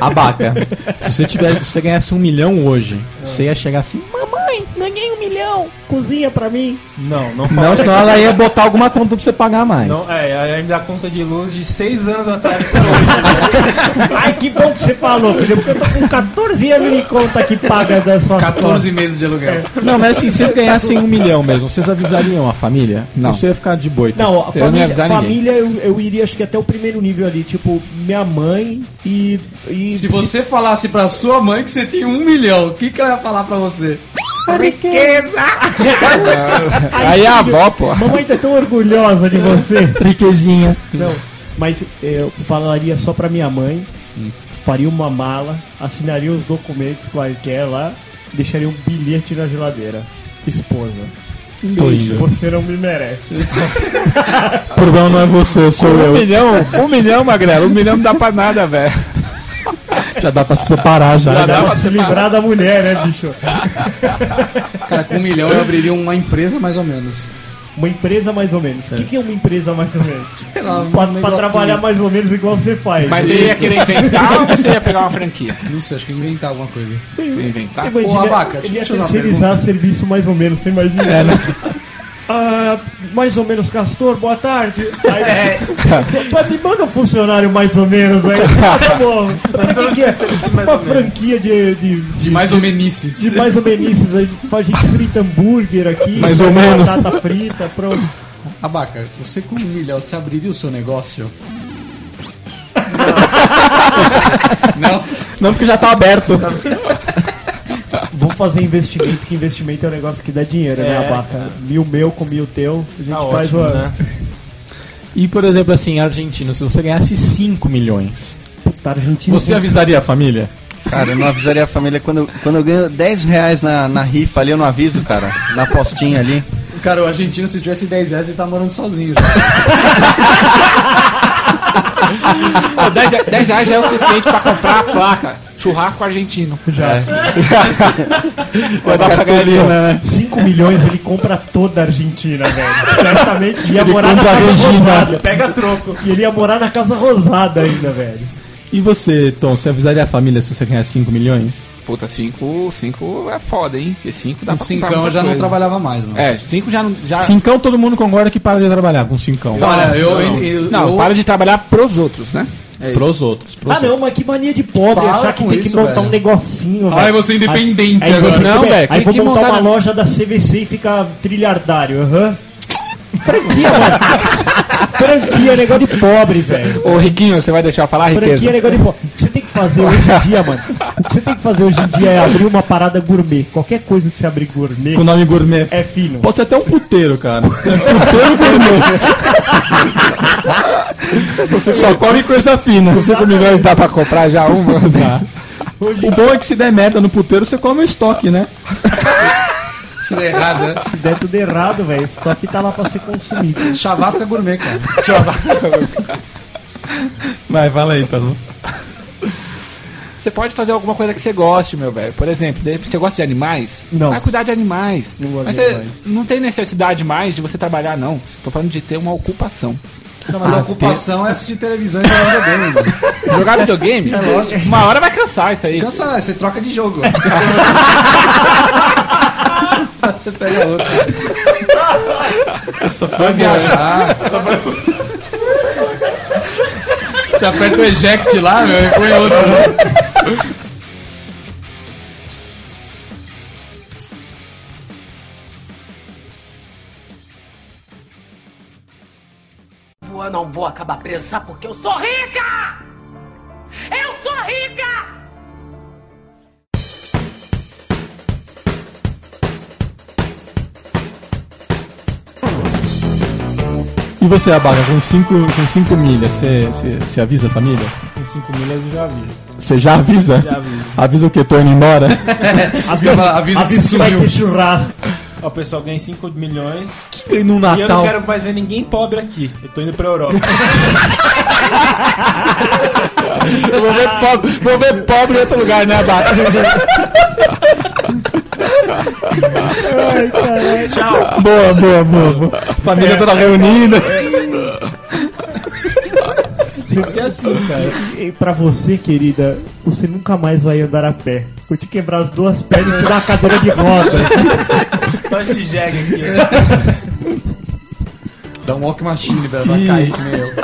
B: Abaca. se você tivesse, se você ganhasse um milhão hoje,
C: É.
B: você ia chegar assim, mamãe, ganhei um milhão.
H: Cozinha pra mim.
C: Não, não
B: Não, senão ela ia botar alguma conta pra você pagar mais.
C: Não, é, aí me dá conta de luz de 6 anos atrás.
H: Ai, que bom que você falou, filho. Porque eu tô com 14 anos de conta que paga da sua
F: 14 meses de aluguel.
B: Não, mas assim, se vocês ganhassem um milhão mesmo, vocês avisariam a família?
D: Não.
B: Você ia ficar de boita.
H: Não, a
D: Eu não ia
H: família,
D: avisar
H: família eu, eu iria acho que até o primeiro nível ali, tipo, minha mãe e. e
F: Se você falasse pra sua mãe que você tem um milhão, o que, que ela ia falar pra você?
D: Aí é a avó, pô.
H: Mamãe tá tão orgulhosa de você.
B: Triquezinha.
H: Não, mas é, eu falaria só pra minha mãe, faria uma mala, assinaria os documentos qualquer lá, deixaria um bilhete na geladeira. Esposa,
B: Tô indo.
H: você não me merece.
B: O problema não é você, sou
D: Um
B: eu.
D: milhão, um milhão, Magrelo. Um milhão não dá pra nada, velho.
B: Já dá pra se separar já.
D: Já
B: né?
D: dá
H: Pra
D: pra
H: se
D: separar.
H: livrar da mulher, né, bicho?
F: Cara, com um milhão eu abriria uma empresa mais ou menos.
H: Uma empresa mais ou menos. O que, que é uma empresa mais ou menos?
F: Sei lá, um
H: pra, pra
F: negocinho.
H: trabalhar mais ou menos igual você faz.
D: Mas você ia querer inventar ou você ia pegar uma franquia?
F: Não sei, acho que eu ia inventar alguma coisa.
D: Você ia
B: Tá
D: inventar?
H: Você imagina,
F: Ô, Abaca,
H: ele
F: deixa
H: ia
F: eu te fazer uma
H: terceirizar serviço mais ou menos, você imagina?
B: É,
H: né?
B: né?
H: Ah, mais ou menos, Castor, boa tarde. Aí,
B: É.
H: Pô, Me manda um funcionário mais ou menos aí. Ah, tá bom. Pra
B: Então
H: que que é? Uma franquia de, de,
F: De
H: de,
F: mais ou menices.
H: de mais ou menos. A gente frita hambúrguer aqui,
B: Mais ou menos.
H: batata frita, pronto.
F: Abaca, você com um milhão, você abriria o seu negócio? Não.
B: Não, porque já tá aberto.
H: Vamos fazer investimento, que investimento é um negócio que dá dinheiro, né,
C: É,
H: Abaca? Mil meu com mil teu, a gente
C: Tá
H: faz
C: ótimo,
H: uma...
C: né?
B: E, por exemplo, assim, argentino, se você ganhasse 5 milhões,
H: Tá, argentino,
B: você avisaria a família?
G: Cara, eu não avisaria a família. Quando, eu- quando eu ganho 10 reais na, na rifa ali, eu não aviso, cara. Na postinha ali.
F: Cara, o argentino, se tivesse 10 reais, ele tá morando sozinho já.
D: Ô, 10, re- 10 reais já é o suficiente pra comprar a placa. Churrasco argentino. É.
H: Já.
D: Vai dar pra galinha,
H: né? 5 milhões ele compra toda a Argentina, velho. Certamente ia
S: Ele
H: morar na
S: compra a
H: casa
S: Regina.
H: rosada. Pega troco. E ele ia morar na casa rosada ainda, velho.
B: E você, Tom, você avisaria a família se você ganhar 5 milhões?
D: Puta, 5 cinco é foda, hein? Porque 5 dá
B: Com
D: pra
B: cincão
D: comprar muita
B: eu já não
D: coisa.
B: trabalhava mais, mano.
D: É, 5 já não. Já...
B: Ah. Cincão, todo mundo concorda que para de trabalhar com cincão.
D: Olha, eu.
B: Não.
D: eu- não,
B: eu-
D: para de trabalhar pros outros, né? É isso.
B: Pros outros. Pros
H: Ah não, mas que mania de pobre
D: Para
H: achar que
D: com
H: tem que
D: isso,
H: montar
D: velho.
H: um negocinho,
D: Ai, você é independente
H: aí, aí
D: agora.
H: você-
D: Não,
H: aí
D: velho,
H: Aí
D: tem
H: vou
D: que
H: montar
D: montar
H: uma
D: na-
H: loja da CVC e ficar trilhardário, aham. Franquia, mano. Franquia é negócio de pobre, velho.
D: Ô, Riquinho, você vai deixar eu falar,
H: Franquia
D: riqueza?
H: é negócio de pobre. O que você tem que fazer hoje em dia, mano? O que você tem que fazer hoje em dia é abrir uma parada gourmet. Qualquer coisa que você abrir gourmet.
B: Com nome gourmet.
H: É fino.
B: Pode ser até um puteiro, cara. Você só come coisa fina. Com 5 milhões dá pra comprar já uma? Dá. O bom é que se der merda no puteiro, você come o estoque, né?
F: Se der errado, né?
H: Se der tudo errado, velho, o estoque tá lá pra ser consumido.
F: Chavasca gourmet, cara.
B: Vai, fala aí, tá
C: então.
B: bom.
D: Você pode fazer alguma coisa que você goste, meu velho. Por exemplo, de- você gosta de animais?
H: Não.
D: Vai cuidar de animais.
H: gosto
D: Mas
H: de
D: você
H: animais.
D: não tem necessidade mais de você trabalhar, não. Tô falando de ter uma ocupação.
F: Não, mas a ocupação é assistir televisão e jogar videogame. mano.
D: Jogar videogame?
F: É lógico.
D: Uma hora vai cansar isso aí.
F: Cansa, né? você troca de jogo. Você pega outro.
T: Essa
F: Vai viajar. Você aperta o eject lá, meu, e põe outro.
U: Eu não vou acabar presa porque eu sou rica! Eu sou rica!
B: E você, Abaca, com 5 com cinco milhas, você, você, você avisa a família?
C: Com 5 milhas eu já vi.
B: Você já avisa?
C: Já avisa.
B: Avisa o que? Tô indo embora?
H: vai ter churrasco.
C: Ó, pessoal, ganhei 5 milhões.
B: E no
C: E eu não
B: Natal?
C: quero mais ver ninguém pobre aqui. Eu tô indo pra Europa.
D: Eu vou ver pobre, vou ver pobre em outro lugar, né, Abaca?
B: Tchau. É. Boa, boa, boa, boa. Família toda reunida.
H: Tem que ser assim, cara. E pra você, querida, você nunca mais vai andar a pé. Vou te quebrar as duas pernas e te dar uma cadeira de roda.
C: Só esse jegue aqui.
F: Dá um walk machine, velho, vai cair que nem eu.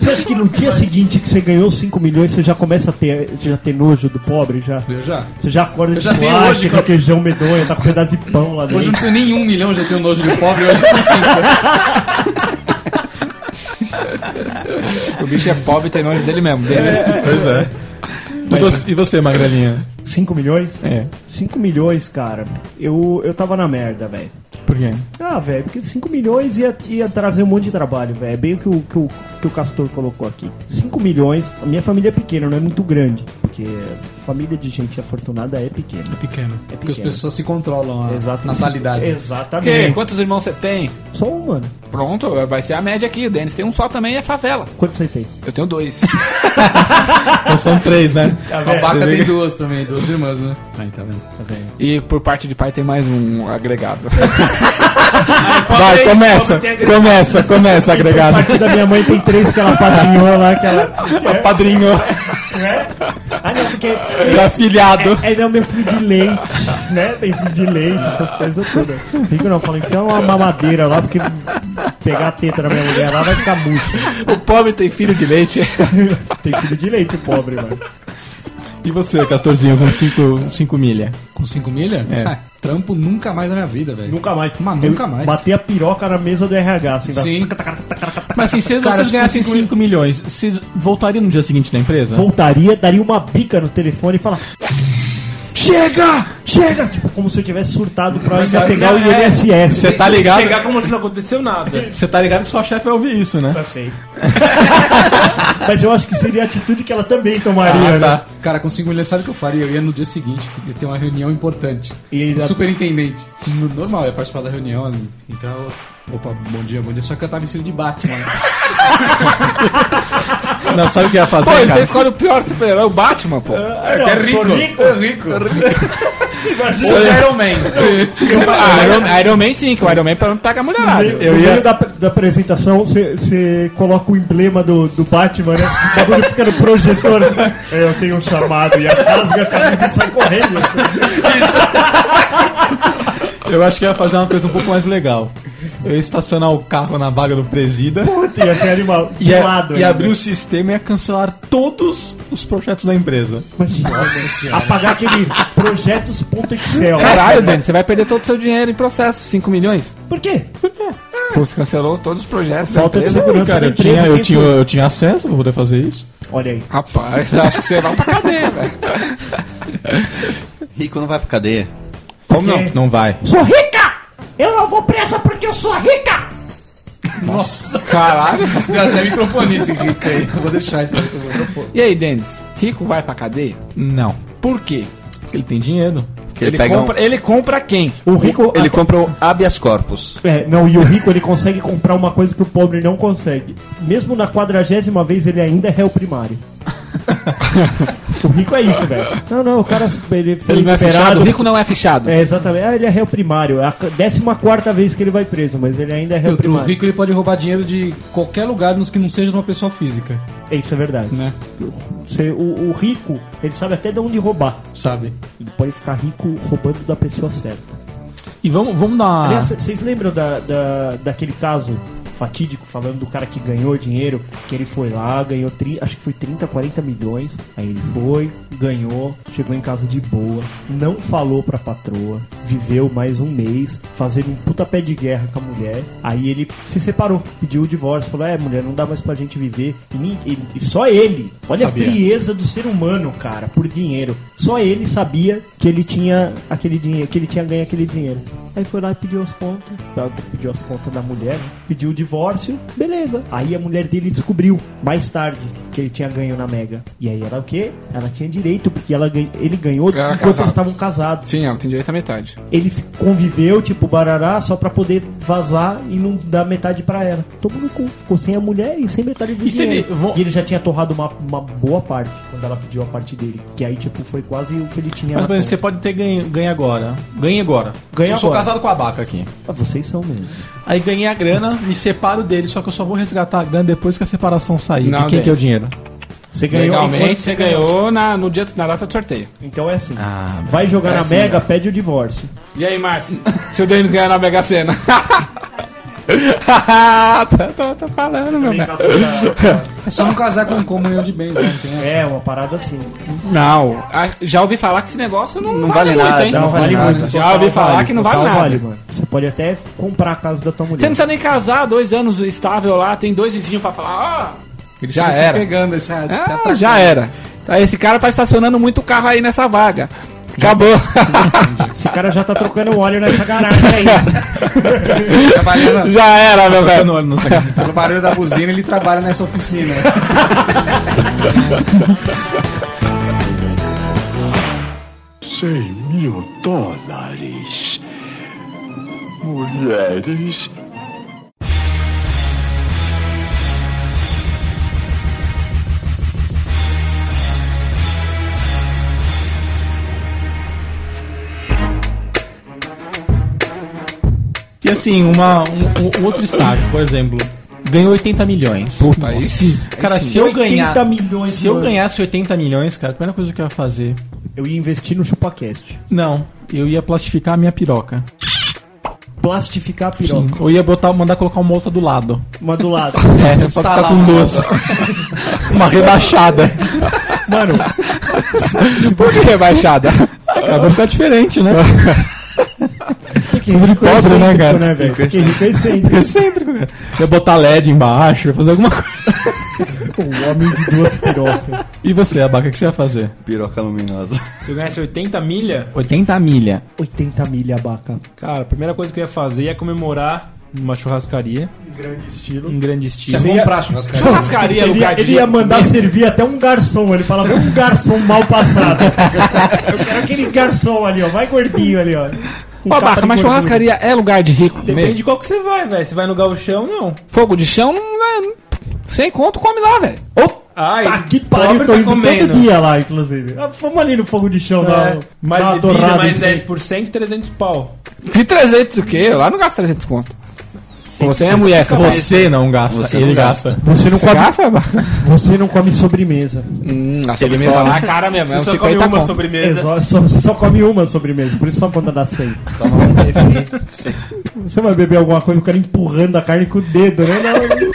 H: Você acha que no dia seguinte que você ganhou 5 milhões, você já começa a ter, você já tem nojo do pobre? Já?
F: Eu já.
H: Você já acorda
F: Eu
H: de
F: já tenho
H: plástico,
F: hoje,
H: com queijão medonho, tá com um pedaço de pão lá
F: Hoje eu
H: dentro.
F: não tenho nem um milhão, já tenho nojo de pobre, hoje eu tenho cinco.
D: O bicho é pobre e tem nojo dele mesmo.
B: Pois é. E você- E você, Magrelinha?
H: 5 milhões?
B: É.
H: 5 milhões, cara. Eu, eu tava na merda, velho.
B: Por quê?
H: Ah, velho, porque 5 milhões ia, ia trazer um monte de trabalho, velho. É bem o que o, que, o, que o Castor colocou aqui. 5 milhões, a minha família é pequena, não é muito grande. Porque família de gente afortunada é pequena. É
T: Pequeno.
H: pequena.
F: Porque as pessoas se controlam a
H: Exato.
F: natalidade.
D: Porque,
H: Exatamente.
D: quantos irmãos você tem?
H: Só um, mano.
D: Pronto, vai ser a média aqui. O Denis tem um só também e é favela.
H: Quanto você tem?
D: Eu tenho dois.
B: Então são três, né?
F: A vaca
B: Você
F: tem
B: liga.
F: duas também, duas irmãs, né?
T: Aí, tá vendo?
D: E por parte de pai tem mais um agregado.
B: Vai, começa. Começa, começa,
H: A
B: agregado.
H: partir da minha mãe tem três que ela padrinhou lá, que ela.
B: Padrinho,
H: Ah, não, porque.
B: meu afilhado.
H: É, é, não, meu filho de leite, né? Tem filho de leite, essas coisas todas. Rico não, fala, enfia uma mamadeira lá, porque pegar a teta da minha mulher lá vai ficar murcha.
D: o pobre tem filho de leite.
H: Tem filho de leite, pobre, mano.
B: E você, Castorzinho, com 5 cinco milha?
F: Com cinco milha?
B: É.
F: Ah, trampo nunca mais na minha vida, velho.
H: Nunca mais.
F: Mas
H: Eu
F: nunca mais.
H: Bater a piroca na mesa do RH, assim, Sim.
F: Sim.
B: Mas assim, se
F: Cara,
B: vocês
F: acho que
B: ganhassem
F: com cinco
B: 5 milhões, vocês voltariam no dia seguinte na empresa?
H: Voltaria, daria uma bica no telefone e fala. Chega! Chega! Tipo, como se eu tivesse surtado pra ainda
C: sabe,
H: pegar o
C: já é.
H: INSS.
B: Você tá ligado?
C: Chegar como se não aconteceu nada.
B: Você tá ligado que sua chefe vai ouvir isso, né?
H: Eu sei. Mas eu acho que seria a atitude que ela também tomaria,
B: Ah, tá.
H: né?
F: Cara, com cinco milhões, sabe o que eu faria? Eu ia no dia seguinte ter- ter uma reunião importante.
H: E aí
F: O
H: já-
F: superintendente. No- Normal, eu ia participar da reunião, entrar Então, Opa, bom dia, bom dia. Só que eu tava vestido de Batman.
B: Não, sabe o que eu ia fazer,
D: Pô,
B: cara?
D: ele escolhe o pior super-herói, o Batman, pô.
F: É, que é rico. É rico.
D: Ou
F: Ou
D: o
F: Iron Man.
D: Ah, Iron, Iron Man sim, que o Iron Man pelo menos pega a mulherada.
H: No meio, no meio da, da apresentação, você coloca o emblema do, do Batman, né? O bagulho fica no projetor. assim, "É, eu tenho um chamado. E rasga a camisa e sai correndo.
B: Eu acho que eu ia fazer uma coisa um pouco mais legal. Eu ia estacionar o carro na vaga do presida.
H: Puta, ia ser animal.
B: E,
H: De
B: ia-
H: lado
B: e
H: ainda.
B: abrir o sistema e ia cancelar todos os projetos da empresa.
H: Apagar aquele projetos.excel.
D: Caralho, Dani, você vai perder todo o seu dinheiro em processo, 5 milhões.
H: Por quê?
D: Pô, você cancelou todos os projetos.
H: Falta de
D: empresa.
H: segurança
B: Cara,
H: da
B: eu
H: empresa.
B: tinha, eu,
H: quem
B: tinha,
H: foi?
B: eu tinha acesso pra poder fazer isso.
H: Olha aí.
D: Rapaz, eu acho que você vai pra cadeia, velho.
G: Rico não vai pra cadeia.
B: Como não? Não vai.
H: Sou rica! Eu não vou presa porque eu sou rica!
F: Nossa.
D: Caralho.
F: Tem até microfone esse rico aí. Eu Vou deixar esse rico. eu vou propor.
D: E aí, Denis? Rico vai pra cadeia?
B: Não.
D: Por quê?
B: Ele tem dinheiro.
G: Ele pega um-
D: compra, ele compra quem?
H: O rico.
G: Ele compra o habeas corpus.
H: É, não, e o rico ele consegue comprar uma coisa que o pobre não consegue. Mesmo na quadragésima vez, ele ainda é réu primário. o rico é isso, velho. Não, não, o cara ele foi
D: Ele não é
H: liberado.
D: fechado? O rico não é fechado.
H: É, exatamente. Ah, ele é réu primário. É a décima quarta vez que ele vai preso, mas ele ainda é réu
F: Outro, O
H: primário.
F: rico ele pode roubar dinheiro de qualquer lugar, nos que não seja de uma pessoa física,
H: É, isso é verdade.
F: né?
H: Você- o, o rico, ele sabe até de onde roubar.
F: Sabe?
H: Ele pode ficar rico roubando da pessoa certa.
B: E vamos, vamos dar uma...
H: Aliás, vocês lembram da, da- daquele caso fatídico falando do cara que ganhou dinheiro, que ele foi lá, ganhou tri- acho que foi 30, 40 milhões, aí ele foi, ganhou, chegou em casa de boa, não falou pra patroa, viveu mais um mês, fazendo um puta pé de guerra com a mulher, aí ele se separou, pediu o divórcio, falou, é mulher, não dá mais pra gente viver, e, nin- e- e só ele, olha
F: Sabia.
H: a frieza do ser humano, cara, por dinheiro, só ele sabia que ele tinha aquele dinheiro, que ele tinha ganho aquele dinheiro. Aí foi lá e pediu as contas. Ela Pediu as contas da mulher, né? pediu o divórcio, beleza. Aí a mulher dele descobriu, mais tarde, que ele tinha ganho na Mega. E aí era o quê? Ela tinha direito, porque ela gan- ele ganhou
D: Era
H: enquanto
D: casado.
H: eles estavam casados.
D: Sim, ela tem direito à metade.
H: Ele fi- conviveu, tipo, barará, só pra poder vazar e não dar metade pra ela. Tomou no cu. Ficou sem a mulher e sem metade do
B: E se
H: dinheiro.
B: ele- vou-
H: E ele já tinha torrado uma, uma boa parte quando ela pediu a parte dele. Que aí, tipo, foi quase o que ele tinha
B: Mas,
H: na
B: por exemplo, você
H: conta.
B: pode ter ganho, ganha agora. Ganha agora.
H: Ganha
B: eu sou
H: agora.
B: casado com a Baca aqui.
H: Ah, Vocês são mesmo.
B: Aí ganhei a grana, me separo dele, só que eu só vou resgatar a grana depois que a separação sair.
D: Não,
B: de quem que é o
D: Denis.
B: dinheiro?
H: Você
D: um
H: enquanto
D: Legalmente, você ganhou na, no dia, na data do sorteio.
H: Então é assim.
B: Ah,
H: Vai jogar
D: é
H: na
D: assim,
H: Mega, pede o divórcio.
D: E aí, Márcio? se o Denis ganhar na Mega Sena? tô, tô- tô falando, meu velho.
F: É só não casar com comunhão de
K: Então,
F: bens, né? Tem essa.
H: É, uma parada assim.
D: Não. ah, Já ouvi falar que esse negócio não,
G: Não vale
D: muito,
G: nada,
D: hein?
G: não vale nada.
D: Já
H: Total
D: ouvi falar que não vale
H: total
D: nada.
H: mano. Você pode até comprar a casa da tua mulher.
D: Você não precisa nem casar, dois anos estável lá, tem dois vizinhos pra falar, ó.
F: Ele
D: Já
F: fica se
D: era.
F: pegando esse, esse
D: Ah,
F: atacando.
D: já era. Tá, Esse cara tá estacionando muito carro aí nessa vaga. Acabou.
H: Esse cara já tá trocando óleo nessa garagem aí.
F: Trabalhando,
D: já era, meu velho.
F: pelo barulho da buzina, ele trabalha nessa oficina.
E: Cem mil dólares. Mulheres.
B: E assim, uma, um, um outro estágio, por exemplo, ganhou 80 milhões.
D: Puta, aí sim.
B: Cara, se eu
H: 80
B: ganhar.
H: milhões,
B: se eu
H: mano.
B: ganhasse 80 milhões, cara, a primeira coisa que eu ia fazer.
H: Eu ia investir no ChupaCast.
B: Não, eu ia plastificar a minha piroca.
H: Plastificar a
B: Sim.
H: piroca.
B: Ou ia botar, mandar colocar uma outra do lado.
H: Uma do lado.
B: É, pra ficar com duas. uma rebaixada.
H: Mano,
D: Por que rebaixada?
B: Cara, vai ficar diferente, né?
H: porque rico
B: Pobre,
H: é
B: né,
H: excêntrico,
B: cara?
H: né, velho? Porque rico é excêntrico.
B: Excêntrico, cara. Ia botar LED embaixo, ia fazer alguma coisa.
H: Um homem de duas pirocas.
B: E você, Abaca, o que você ia fazer?
G: Piroca luminosa.
C: Se eu ganhasse 80 milha,
B: 80 milha.
H: 80 milha, abaca.
C: cara, a primeira coisa que eu ia fazer é comemorar numa churrascaria.
H: Grande estilo.
C: Em grande
F: Isso é
C: estilo.
F: bom pra churrascaria.
D: Churrascaria, é
H: Ele,
D: lugar
H: ia-
D: de.
H: ele ia mandar servir até um garçom. Ele falava, um garçom mal passado. Eu quero aquele garçom ali, ó. Vai gordinho ali, ó. com
D: Ó,
H: capa
D: Barra,
H: de
D: mas
H: gordura.
D: churrascaria é lugar de rico
C: Depende
D: comer?
C: de qual que você vai, velho. Você vai no galchão, não.
D: Fogo de chão, não é... sem conto, come lá, velho.
C: Ai, tá
H: Que pariu, tô indo todo dia lá, inclusive. Ah, fomos ali no fogo de chão,
C: É,
H: é,
C: mais
H: na
C: bebida,
H: torrada.
C: mais
H: assim.
C: 10%, 300 pau.
D: De 300 o quê? Lá não gasta 300 conto. Você é mulher, você faz isso.
B: Você não gasta,
D: Você
B: ele
D: não
B: gasta.
H: Você não
D: Você
H: come.
D: gasta, Barra?
H: Você não come sobremesa.
D: Hum, a sobremesa lá é cara mesmo, é
C: Você
D: uns
C: só come
D: 50
C: uma
D: conto.
C: sobremesa.
H: Exato, só- Você só come uma sobremesa, por isso sua conta dá 100. Você vai beber alguma coisa, o cara empurrando a carne com o dedo, né? Não,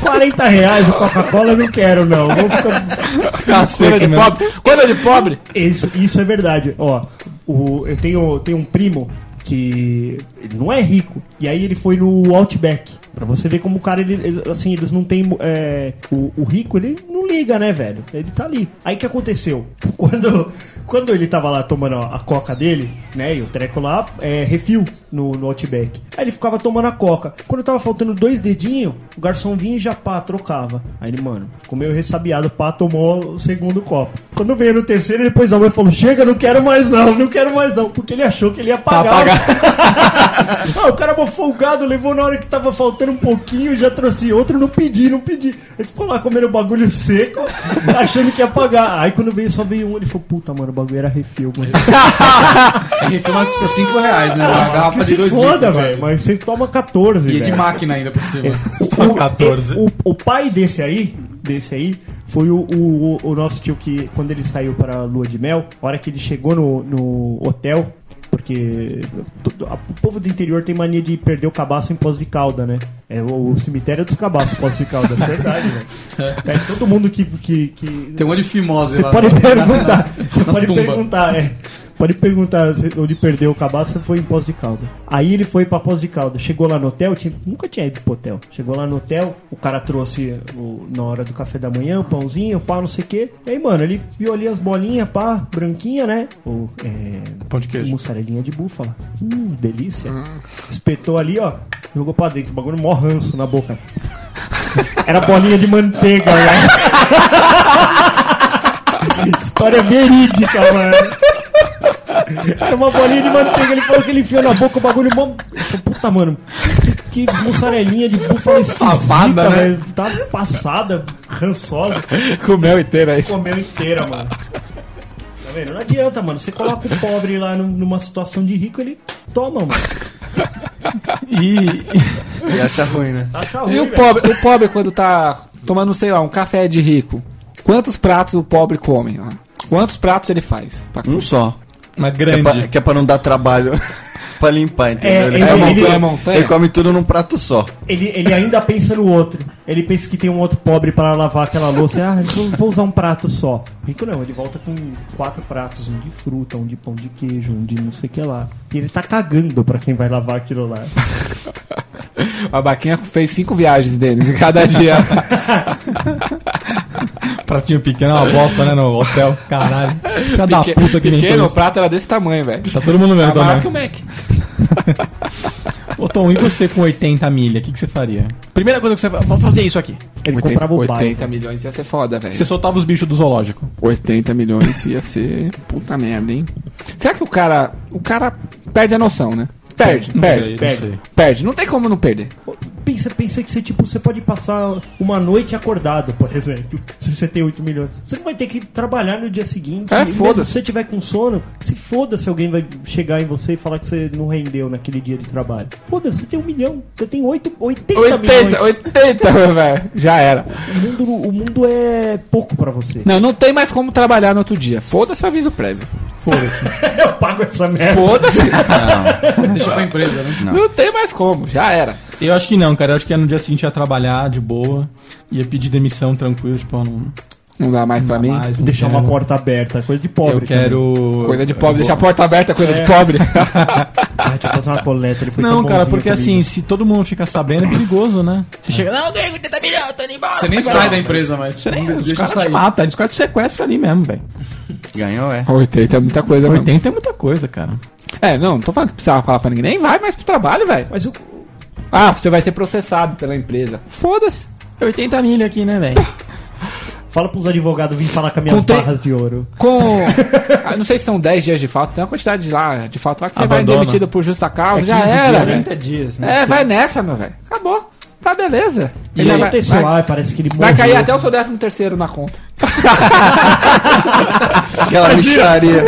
H: 40 reais o Coca-Cola eu não quero, não. Vou ficar-
D: Coisa é de pobre. Coisa de pobre.
H: Isso, isso é verdade. Ó, o- eu tenho, eu tenho um primo que ele não é rico. E aí ele foi no Outback. Pra você ver como o cara, ele, ele- assim, eles não tem. é, o, o rico, ele não liga, né, velho? Ele tá ali. Aí o que aconteceu? Quando, quando ele tava lá tomando a coca dele, né? E o treco lá, é, refil no, no Outback. Aí ele ficava tomando a coca. Quando tava faltando dois dedinhos, o garçom vinha e já pá, trocava. Aí ele, mano, comeu ressabiado, pá, tomou o segundo copo. Quando veio no terceiro, ele pôs a mão e falou: Chega, não quero mais não, não quero mais não. Porque ele achou que ele ia pagar. Ah, o cara mó folgado, levou na hora que tava faltando um pouquinho, já trouxe outro, não pedi, não pedi. Ele ficou lá comendo o bagulho seco, achando que ia pagar. Aí quando veio, só veio um, ele falou, puta, mano, o bagulho era refil, mano.
K: Refilma custa 5 reais, né?
F: Ah,
K: Uma garrafa
H: Que
K: de
H: se
K: 2
H: foda,
K: litros.
H: velho, mas você toma 14,
K: E é
H: velho.
K: de máquina ainda por cima.
H: O-
B: 14.
H: O, o pai desse aí, desse aí, foi o, o, o nosso tio que, quando ele saiu para a lua de mel, a hora que ele chegou no, no hotel, porque todo- a- o povo do interior tem mania de perder o cabaço em pós de calda, né? É o, o cemitério dos cabaços, pós de calda. É verdade, velho. É, todo mundo que. que, que
K: Tem um monte de fimose
H: você
K: lá.
H: pode
K: né?
H: perguntar.
K: Nas-
H: Você
K: nas
H: pode
K: tumbas.
H: perguntar, é. Pode perguntar se- onde perdeu o cabaço, foi em Pós de Calda. Aí ele foi pra Pós de Calda. Chegou lá no hotel, tinha- nunca tinha ido pro hotel. Chegou lá no hotel, o cara trouxe o- na hora do café da manhã, o pãozinho, pá, não sei o quê. E aí, mano, ele viu ali as bolinhas, pá, branquinha, né? O, é,
B: Pão de queijo.
H: Mussarelinha de búfala. Hum, delícia. Espetou ali, ó, jogou pra dentro. O bagulho mó ranço na boca. Era bolinha de manteiga, velho. História verídica, mano. Era uma bolinha de manteiga, ele falou que ele enfiou na boca o bagulho mó. Eu falei, Puta, mano, que, que mussarelinha de búfala esquisita,
B: Safada, né?
H: velho. Tá passada, rançosa.
D: Comeu inteiro aí.
H: Comeu inteira, mano. Tá vendo? Não adianta, mano. Você coloca o pobre lá num- numa situação de rico, ele toma, mano.
B: E,
Q: E acha ruim, né?
H: Acha ruim,
D: E o
H: velho.
D: pobre, o pobre quando tá tomando, sei lá, um café de rico, quantos pratos o pobre come? ó? Quantos pratos ele faz? Pra-
Q: Um só.
B: uma
Q: Que é,
B: grande.
Q: pra, que é pra não dar trabalho pra limpar, entendeu?
H: É,
Q: ele,
H: ele-
Q: come,
H: ele-
Q: tudo-
D: é montanha.
Q: ele come tudo num prato só.
H: Ele, ele ainda pensa no outro. Ele pensa que tem um outro pobre para lavar aquela louça. Ah, então vou usar um prato só. O Rico não, ele volta com quatro pratos: um de fruta, um de pão de queijo, um de não sei o que lá. E ele tá cagando pra quem vai lavar aquilo lá.
D: A Baquinha fez cinco viagens dele em cada dia.
B: Pratinho pequeno é uma bosta, né? No hotel. Caralho. Filha Ah, da
D: Peque-
B: puta que
D: pequeno,
B: inventou
D: o
B: isso.
D: prato era desse tamanho, velho.
B: Tá todo mundo vendo
D: Tá maior que
B: também.
D: o Mac.
B: Ô Tom, e você com 80 milha, o que, que você faria? Primeira coisa que você vai vamos fazer isso aqui.
H: Ele comprava o pai.
D: 80 milhões ia ser foda, velho.
B: Você soltava os bichos do zoológico.
D: 80 milhões ia ser puta merda, hein? Será que o cara. O cara perde a noção, né? Perde, perde,
B: sei, não
D: perde.
B: sei.
D: Perde. Não tem como não perder.
H: Pensa, pensa que você, tipo, você pode passar uma noite acordado, por exemplo. Se você tem 8 milhões. Você não vai ter que trabalhar no dia seguinte.
D: É,
H: E mesmo
D: foda-se.
H: Se você tiver com sono, que se foda se alguém vai chegar em você e falar que você não rendeu naquele dia de trabalho. Foda-se, você tem um milhão. Você tem 8, 80, milhões.
D: 80, 80, velho. Já era.
H: O mundo, o mundo é pouco pra você.
D: Não, não tem mais como trabalhar no outro dia. Foda-se o aviso prévio.
H: Eu pago essa merda.
D: Foda-se.
K: Deixa pra empresa, né?
D: não tem mais como. Já era.
B: Eu acho que não, cara. Eu acho que é no dia seguinte ia trabalhar de boa, ia pedir demissão tranquilo, tipo, ó, não.
D: Não dá mais pra mim.
B: mais, não
H: Deixar
B: quero.
H: uma porta aberta, é coisa de
B: Eu
H: pobre. também.
B: quero.
D: Coisa de pobre. Deixar a porta aberta, coisa
B: É.
D: de pobre.
H: Ah, deixa eu fazer uma coleta, ele
D: tá
H: foi tão
B: Não, cara,
H: bonzinho
B: porque
H: comigo.
B: assim, se todo mundo ficar sabendo, é perigoso, né? Você chega. Não,
K: Você nem sai da empresa mais.
B: você
F: é
B: nem. Os
K: deixa
B: caras te
K: sair.
B: matam, os caras te sequestram ali mesmo, velho.
Q: Ganhou, é.
D: 80 é muita coisa, mano.
B: 80 é muita coisa, cara.
D: É, não, não tô falando que precisava falar pra ninguém. Nem vai mais pro trabalho, velho.
H: Mas o,
D: Ah, você vai ser processado pela empresa. Foda-se.
B: 80 milha aqui, né, velho?
H: Fala pros advogados virem falar com as minhas
D: Com tre-
H: barras de ouro.
D: Com. Ah, não sei se são 10 dias de falta, tem uma quantidade de lá de falta lá que você vai
H: Abandona.
D: demitido por justa causa.
H: É
D: já
H: 15
D: era.
H: dias, né?
D: velho.
H: 30 dias, né?
D: É, vai nessa, meu velho. Acabou. Tá beleza.
H: E
D: Ele
H: aí
D: vai-
H: aconteceu, né?
D: vai-
H: ai, parece que ele
D: Vai cair
H: morreu.
D: até o seu décimo terceiro na conta.
G: Aquela micharia.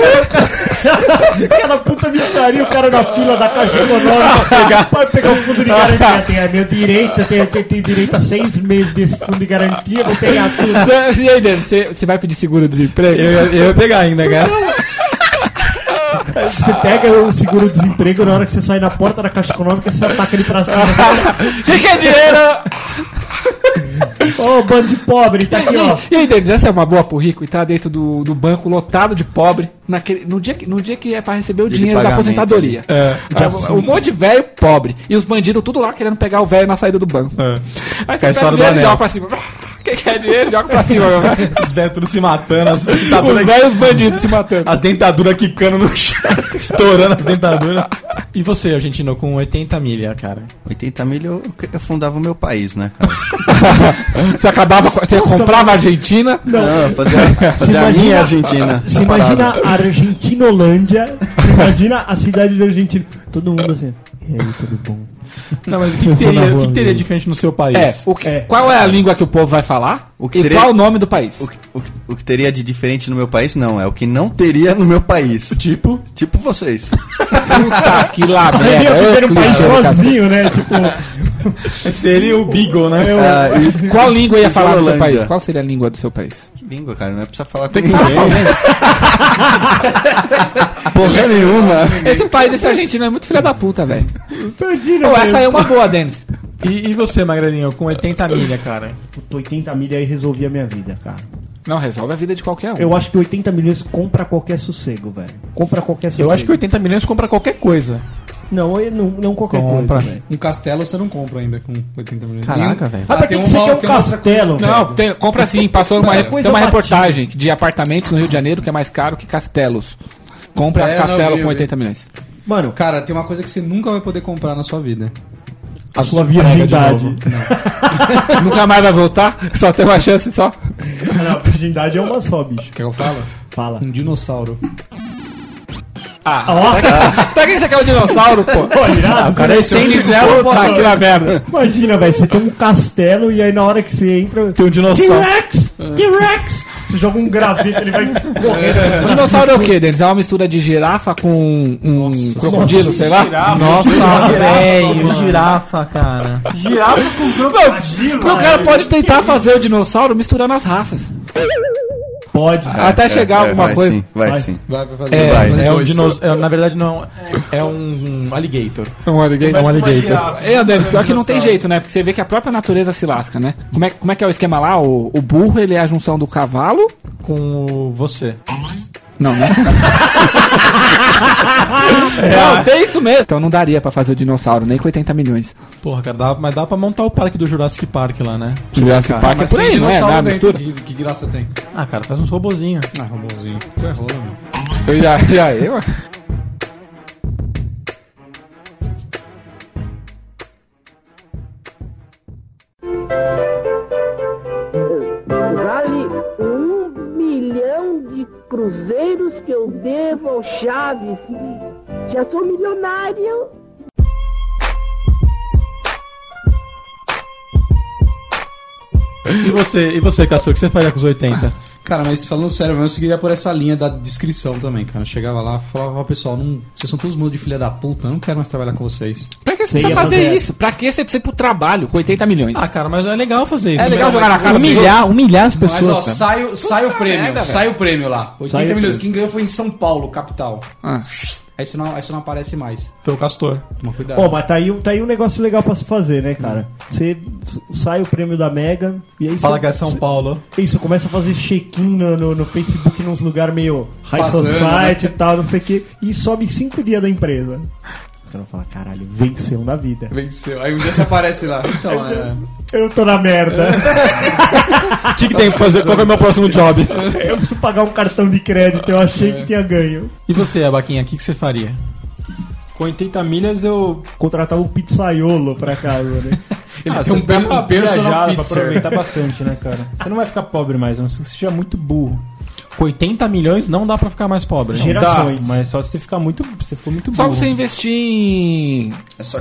H: Aquela puta micharia, o cara na fila da caixa econômica pra pegar, pra pegar o fundo de garantia. Tem a minha direita, tem, tem, tem direito a seis meses desse fundo de garantia, vou pegar tudo.
D: e aí, Dani, você você vai pedir seguro-desemprego?
C: Eu, ia- eu ia pegar ainda, cara.
H: Você pega o seguro-desemprego, na hora que você sai na porta da caixa econômica, você ataca ele pra cima.
D: Você quer dinheiro?
H: Ô, bando de pobre, tá aqui, ó.
D: E aí, Denis, essa é uma boa pro rico entrar dentro do, do banco lotado de pobre naquele, no, dia que, no dia que é pra receber o
C: Dia de
D: dinheiro da
C: pagamento,
D: aposentadoria.
C: né? É.
D: Tinha
C: Assim.
D: um monte de velho pobre. E os bandidos tudo lá querendo pegar o velho na saída do banco. Aí
C: Que é
D: você pega
C: a história
D: o
C: do
D: dinheiro e
C: anel.
D: joga pra cima. Quem quer dinheiro, joga pra cima. meu velho.
C: Os velhos tudo se matando, as
D: Os velhos bandidos se matando.
C: As dentaduras quicando no chão, estourando as dentaduras. E você, argentino, com 80 milha, cara?
G: 80 milha eu, eu fundava o meu país, né, cara?
D: Você acabava, com- você comprava a Argentina.
G: Não, fazia,
H: Se
G: fazia a minha Argentina.
H: Se
G: separada.
H: imagina a Argentinolândia, se imagina a cidade da Argentina. Todo mundo assim. E aí, tudo bom?
C: Não, mas o que, que
H: Pensou na
C: teria, o
H: rua,
C: que que teria
H: viu?
C: de diferente no seu país?
D: É, o que- qual é a língua que o povo vai falar?
G: que
D: e
G: teria-
D: qual o nome do país?
G: O que, o que- o que teria de diferente no meu país, não. É o que não teria no meu país.
C: Tipo?
G: Tipo vocês.
D: Puta Ah, que lá,
C: É,
H: Ele ia viver um país sozinho, né? Tipo,
C: Seria o Beagle, né?
G: Ah, e-
D: Qual língua ia falar do seu
G: Isolândia.
D: país? Qual seria a língua do seu país?
G: Que língua, cara. Não é precisa falar com
D: Tem que falar
G: ninguém. Porra nenhuma.
D: Esse país, esse argentino é muito filha da puta, velho.
H: imagina.
D: Pô,
H: velho.
D: essa aí é uma boa, Denis.
C: E, e você, Magrelinho, com 80 milha, cara?
H: Puta, 80 milha aí resolvia a minha vida, cara.
D: Não, resolve a vida de qualquer um.
H: Eu acho que 80 milhões compra qualquer sossego, velho. Compra qualquer sossego.
C: Eu acho que 80 milhões compra qualquer coisa.
H: Não, eu não, não qualquer
C: Compra.
H: coisa, velho.
F: Um castelo você não compra ainda com 80 milhões.
C: Caraca,
F: Nenhum-
C: velho.
H: Ah, pra que que você
F: val-
H: quer um
F: tem outra coisa.
H: castelo, velho?
D: Não, tem- compra sim. Passou uma,
H: Cara,
D: tem
H: coisa
D: uma
H: batida.
D: reportagem de apartamentos no Rio de Janeiro que é mais caro que castelos. Compra
F: É, não,
D: castelo
F: vi,
D: com
F: vi.
D: 80 milhões.
H: Mano,
F: Cara, tem uma coisa que você nunca vai poder comprar na sua vida.
H: a sua
F: é
H: virgindade.
D: Nunca mais vai voltar? Só tem uma chance só.
H: Não, a virgindade é uma só, bicho.
F: Quer que eu falo?
H: Fala.
F: Um dinossauro.
D: Pra que você quer um dinossauro, pô?
C: Ah,
H: Irado,
D: Cara, se eu quiser, eu vou aqui na merda.
H: Imagina, velho, você tem um castelo e aí na hora que você entra. Tem um
C: dinossauro.
H: T-Rex!
F: É.
H: T-Rex! Você joga um graveto, ele vai correndo.
D: Dinossauro é o quê, Denis? É uma mistura de girafa com um crocodilo, sei lá?
C: Nossa, velho. É, Girafa, cara.
H: Girafa com
D: Porque o cara pode tentar fazer o dinossauro misturando as raças.
H: Pode.
D: até chegar alguma
G: vai
D: coisa.
G: é, Sim, vai,
H: Vai.
G: sim.
F: Vai pra fazer.
C: É,
F: vai fazer
C: é um
F: dois.
C: dinossauro. Na verdade, não. É um alligator.
D: Um alligator.
C: É um alligator.
D: É, Denis, pior que não tem jeito, né? Porque você vê que a própria natureza se lasca, né? Como é, como é que é o esquema lá? O, o burro, ele é a junção do cavalo?
C: Com o- você.
D: Não, né?
F: É.
D: Não, tem isso mesmo. Então não daria pra fazer o dinossauro, nem com 80 milhões.
C: Porra, cara, dá, mas dá pra montar o parque do Jurassic Park lá, né?
D: Jurassic Park é
F: Mas
D: por
F: sem
D: aí, não é?
F: dinossauro
D: Na
F: dentro,
D: mistura.
F: que, que graça tem?
C: Ah, cara, faz uns robozinhos.
F: Ah, robôzinho. Ferrou, meu.
D: Eu já, já eu.
V: Vale um milhão de cruzeiros que eu devo ao Chaves. Já sou milionário.
C: E você, e você, Cassio, o que você faria com os 80?
F: Cara, mas falando sério mesmo, eu seguiria por essa linha da descrição também, cara. Eu chegava lá, falava, ó, pessoal, não, vocês são todos mundo de filha da puta, eu não quero mais trabalhar com vocês.
D: Pra que você
H: Você
D: precisa
H: ia
D: fazer,
H: fazer
D: isso? Pra que você precisa ir pro trabalho com 80 milhões?
C: Ah, cara, mas é legal fazer isso.
D: É legal jogar na cara
F: um
C: Humilhar, humilhar as
F: Mas ó,
C: pessoas. cara.
F: sai, o- sai o prêmio,
D: merda,
F: sai o prêmio lá. 80
H: Sai o
F: milhões.
H: prêmio.
F: Quem ganhou foi em São Paulo, capital.
D: Ah.
F: Aí você não, aí você não aparece mais.
C: Foi o Castor.
F: Toma cuidado.
H: Pô, mas tá aí, um- tá aí um negócio legal pra se fazer, né, cara? Você s- sai o prêmio da Mega e aí
C: Fala
H: você-
C: que é São Paulo.
H: Isso, começa a fazer check-in no, no, no Facebook, nos lugares meio high
F: Vazando,
H: society e
C: né?
H: tal, não sei o quê, e sobe cinco dias da empresa. O cara fala, caralho, venceu na vida.
F: Venceu. Aí um dia você aparece lá. Então, é...
H: Eu tô na merda.
C: O que, que tem que fazer? Qual que é o meu próximo job?
H: Eu preciso pagar um cartão de crédito, eu achei
C: É.
H: que tinha ganho.
C: E você, Abaquinha, o que, que você faria?
W: Com 80 milhas eu
H: Contratar um pizzaiolo pra casa, né?
K: Ele tem
C: Ah, você
K: um,
C: dá
K: per-
C: pra
K: um personal
C: viajar, dá pra
K: pizza.
C: aproveitar bastante, né, cara? Você não vai ficar pobre mais, a não ser que você seja muito burro. Com 80 milhões não dá pra ficar mais pobre. Não
D: Gerações.
C: dá, mas só se você ficar muito. Se for muito
D: Só
C: burro.
D: você investir em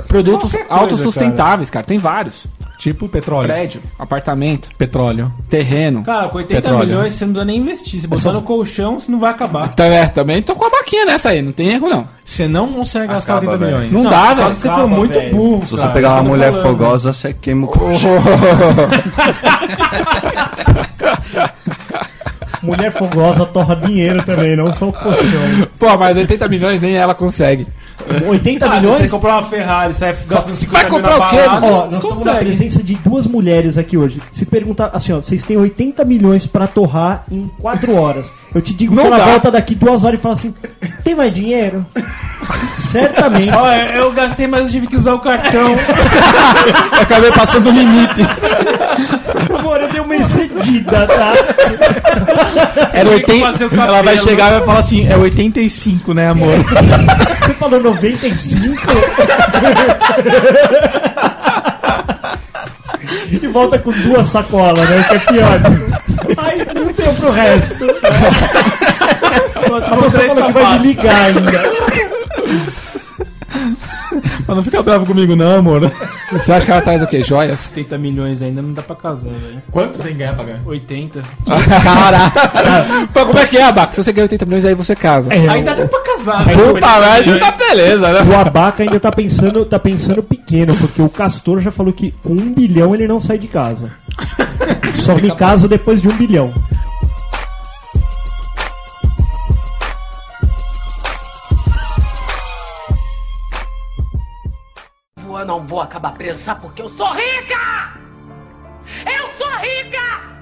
D: produtos
C: É Qualquer coisa, Hum.
D: autossustentáveis, cara. Tem vários.
B: Tipo petróleo.
D: Prédio, apartamento.
B: Petróleo.
D: Terreno.
C: Cara, com 80 milhões você não precisa nem investir. Se botar
D: só-
C: no colchão, você não vai acabar.
D: Também, Então, é, também tô com a baquinha nessa aí, não tem erro não.
B: Você não consegue
C: gastar
D: Acaba,
C: 80
D: velho.
C: milhões.
D: Não,
C: Não,
D: dá,
C: só
D: velho.
C: se você for muito
D: velho.
C: burro,
G: Se você pegar uma mulher fogosa, você queima o colchão.
H: Mulher fogosa torra dinheiro também, não só o colchão.
D: Pô, mas 80 milhões nem ela consegue.
H: 80
C: Ah, se
H: milhões?
C: você comprar uma Ferrari, você vai gastando 50
H: Vai comprar
C: mil na
H: o quê?
C: balada,
H: Ó, nós
C: você
H: estamos na
C: consegue.
H: presença de duas mulheres aqui hoje. Se perguntar assim, ó, vocês têm 80 milhões pra torrar em 4 horas. Eu te digo
D: Não
H: que ela
D: dá.
H: volta daqui duas horas e fala assim: tem mais dinheiro? Certamente.
C: Ó, é, eu, eu gastei, mas eu tive que usar o cartão.
B: Acabei passando o limite.
H: Agora eu dei uma excedida, tá?
B: Era
C: Tem que
B: 80,
C: fazer o cabelo. É.
B: ela vai chegar e vai falar assim: é 85, né, amor?
H: Você falou 95? e volta com duas sacolas, né? Que é pior. Ai, não deu pro resto. Mas você falou que vai me ligar ainda.
B: Mas não fica bravo comigo, não, amor.
D: Você acha que ela traz o quê? Joias?
C: 80 milhões ainda não dá pra casar, velho.
K: Quanto tem que ganhar pra ganhar?
C: 80.
D: Caralho. Pô, como é que é, Abaco? Se você ganha 80 milhões, aí você casa.
H: É,
C: Ainda dá pra casar,
B: né?
C: velho.
D: Puta merda, tá beleza, né?
H: O Abaca ainda tá pensando, tá pensando pequeno, porque o Castor já falou que com um bilhão ele não sai de casa. Só me casa depois de um bilhão.
R: Eu não vou acabar presa porque eu sou rica! Eu sou rica!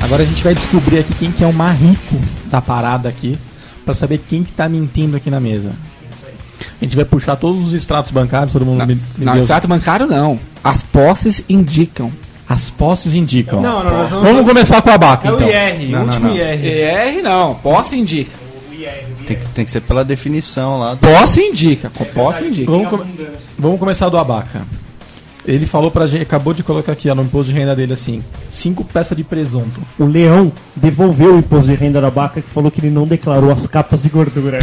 B: Agora a gente vai descobrir aqui quem que é o mais rico da parada aqui, pra saber quem que tá mentindo aqui na mesa. A gente vai puxar todos os extratos bancários, todo mundo me, me
D: Não,
B: deu-
D: extrato bancário não. As posses indicam.
B: As posses indicam.
C: Não, não, nós vamos-
B: Vamos começar com a Abaca,
C: É o
B: então.
C: IR,
G: Não,
C: o
G: não,
C: último
G: não.
C: IR.
D: ER não, posse indica.
G: Tem que, tem que ser pela definição lá. Do...
D: Posse indica, com posse indica.
B: Vamos, come- vamos começar do Abaca. Ele falou pra gente, acabou de colocar tá aqui ó, no imposto de renda dele assim: cinco peças de presunto.
H: O Leão devolveu o imposto de renda da Abaca que falou que ele não declarou as capas de gordura.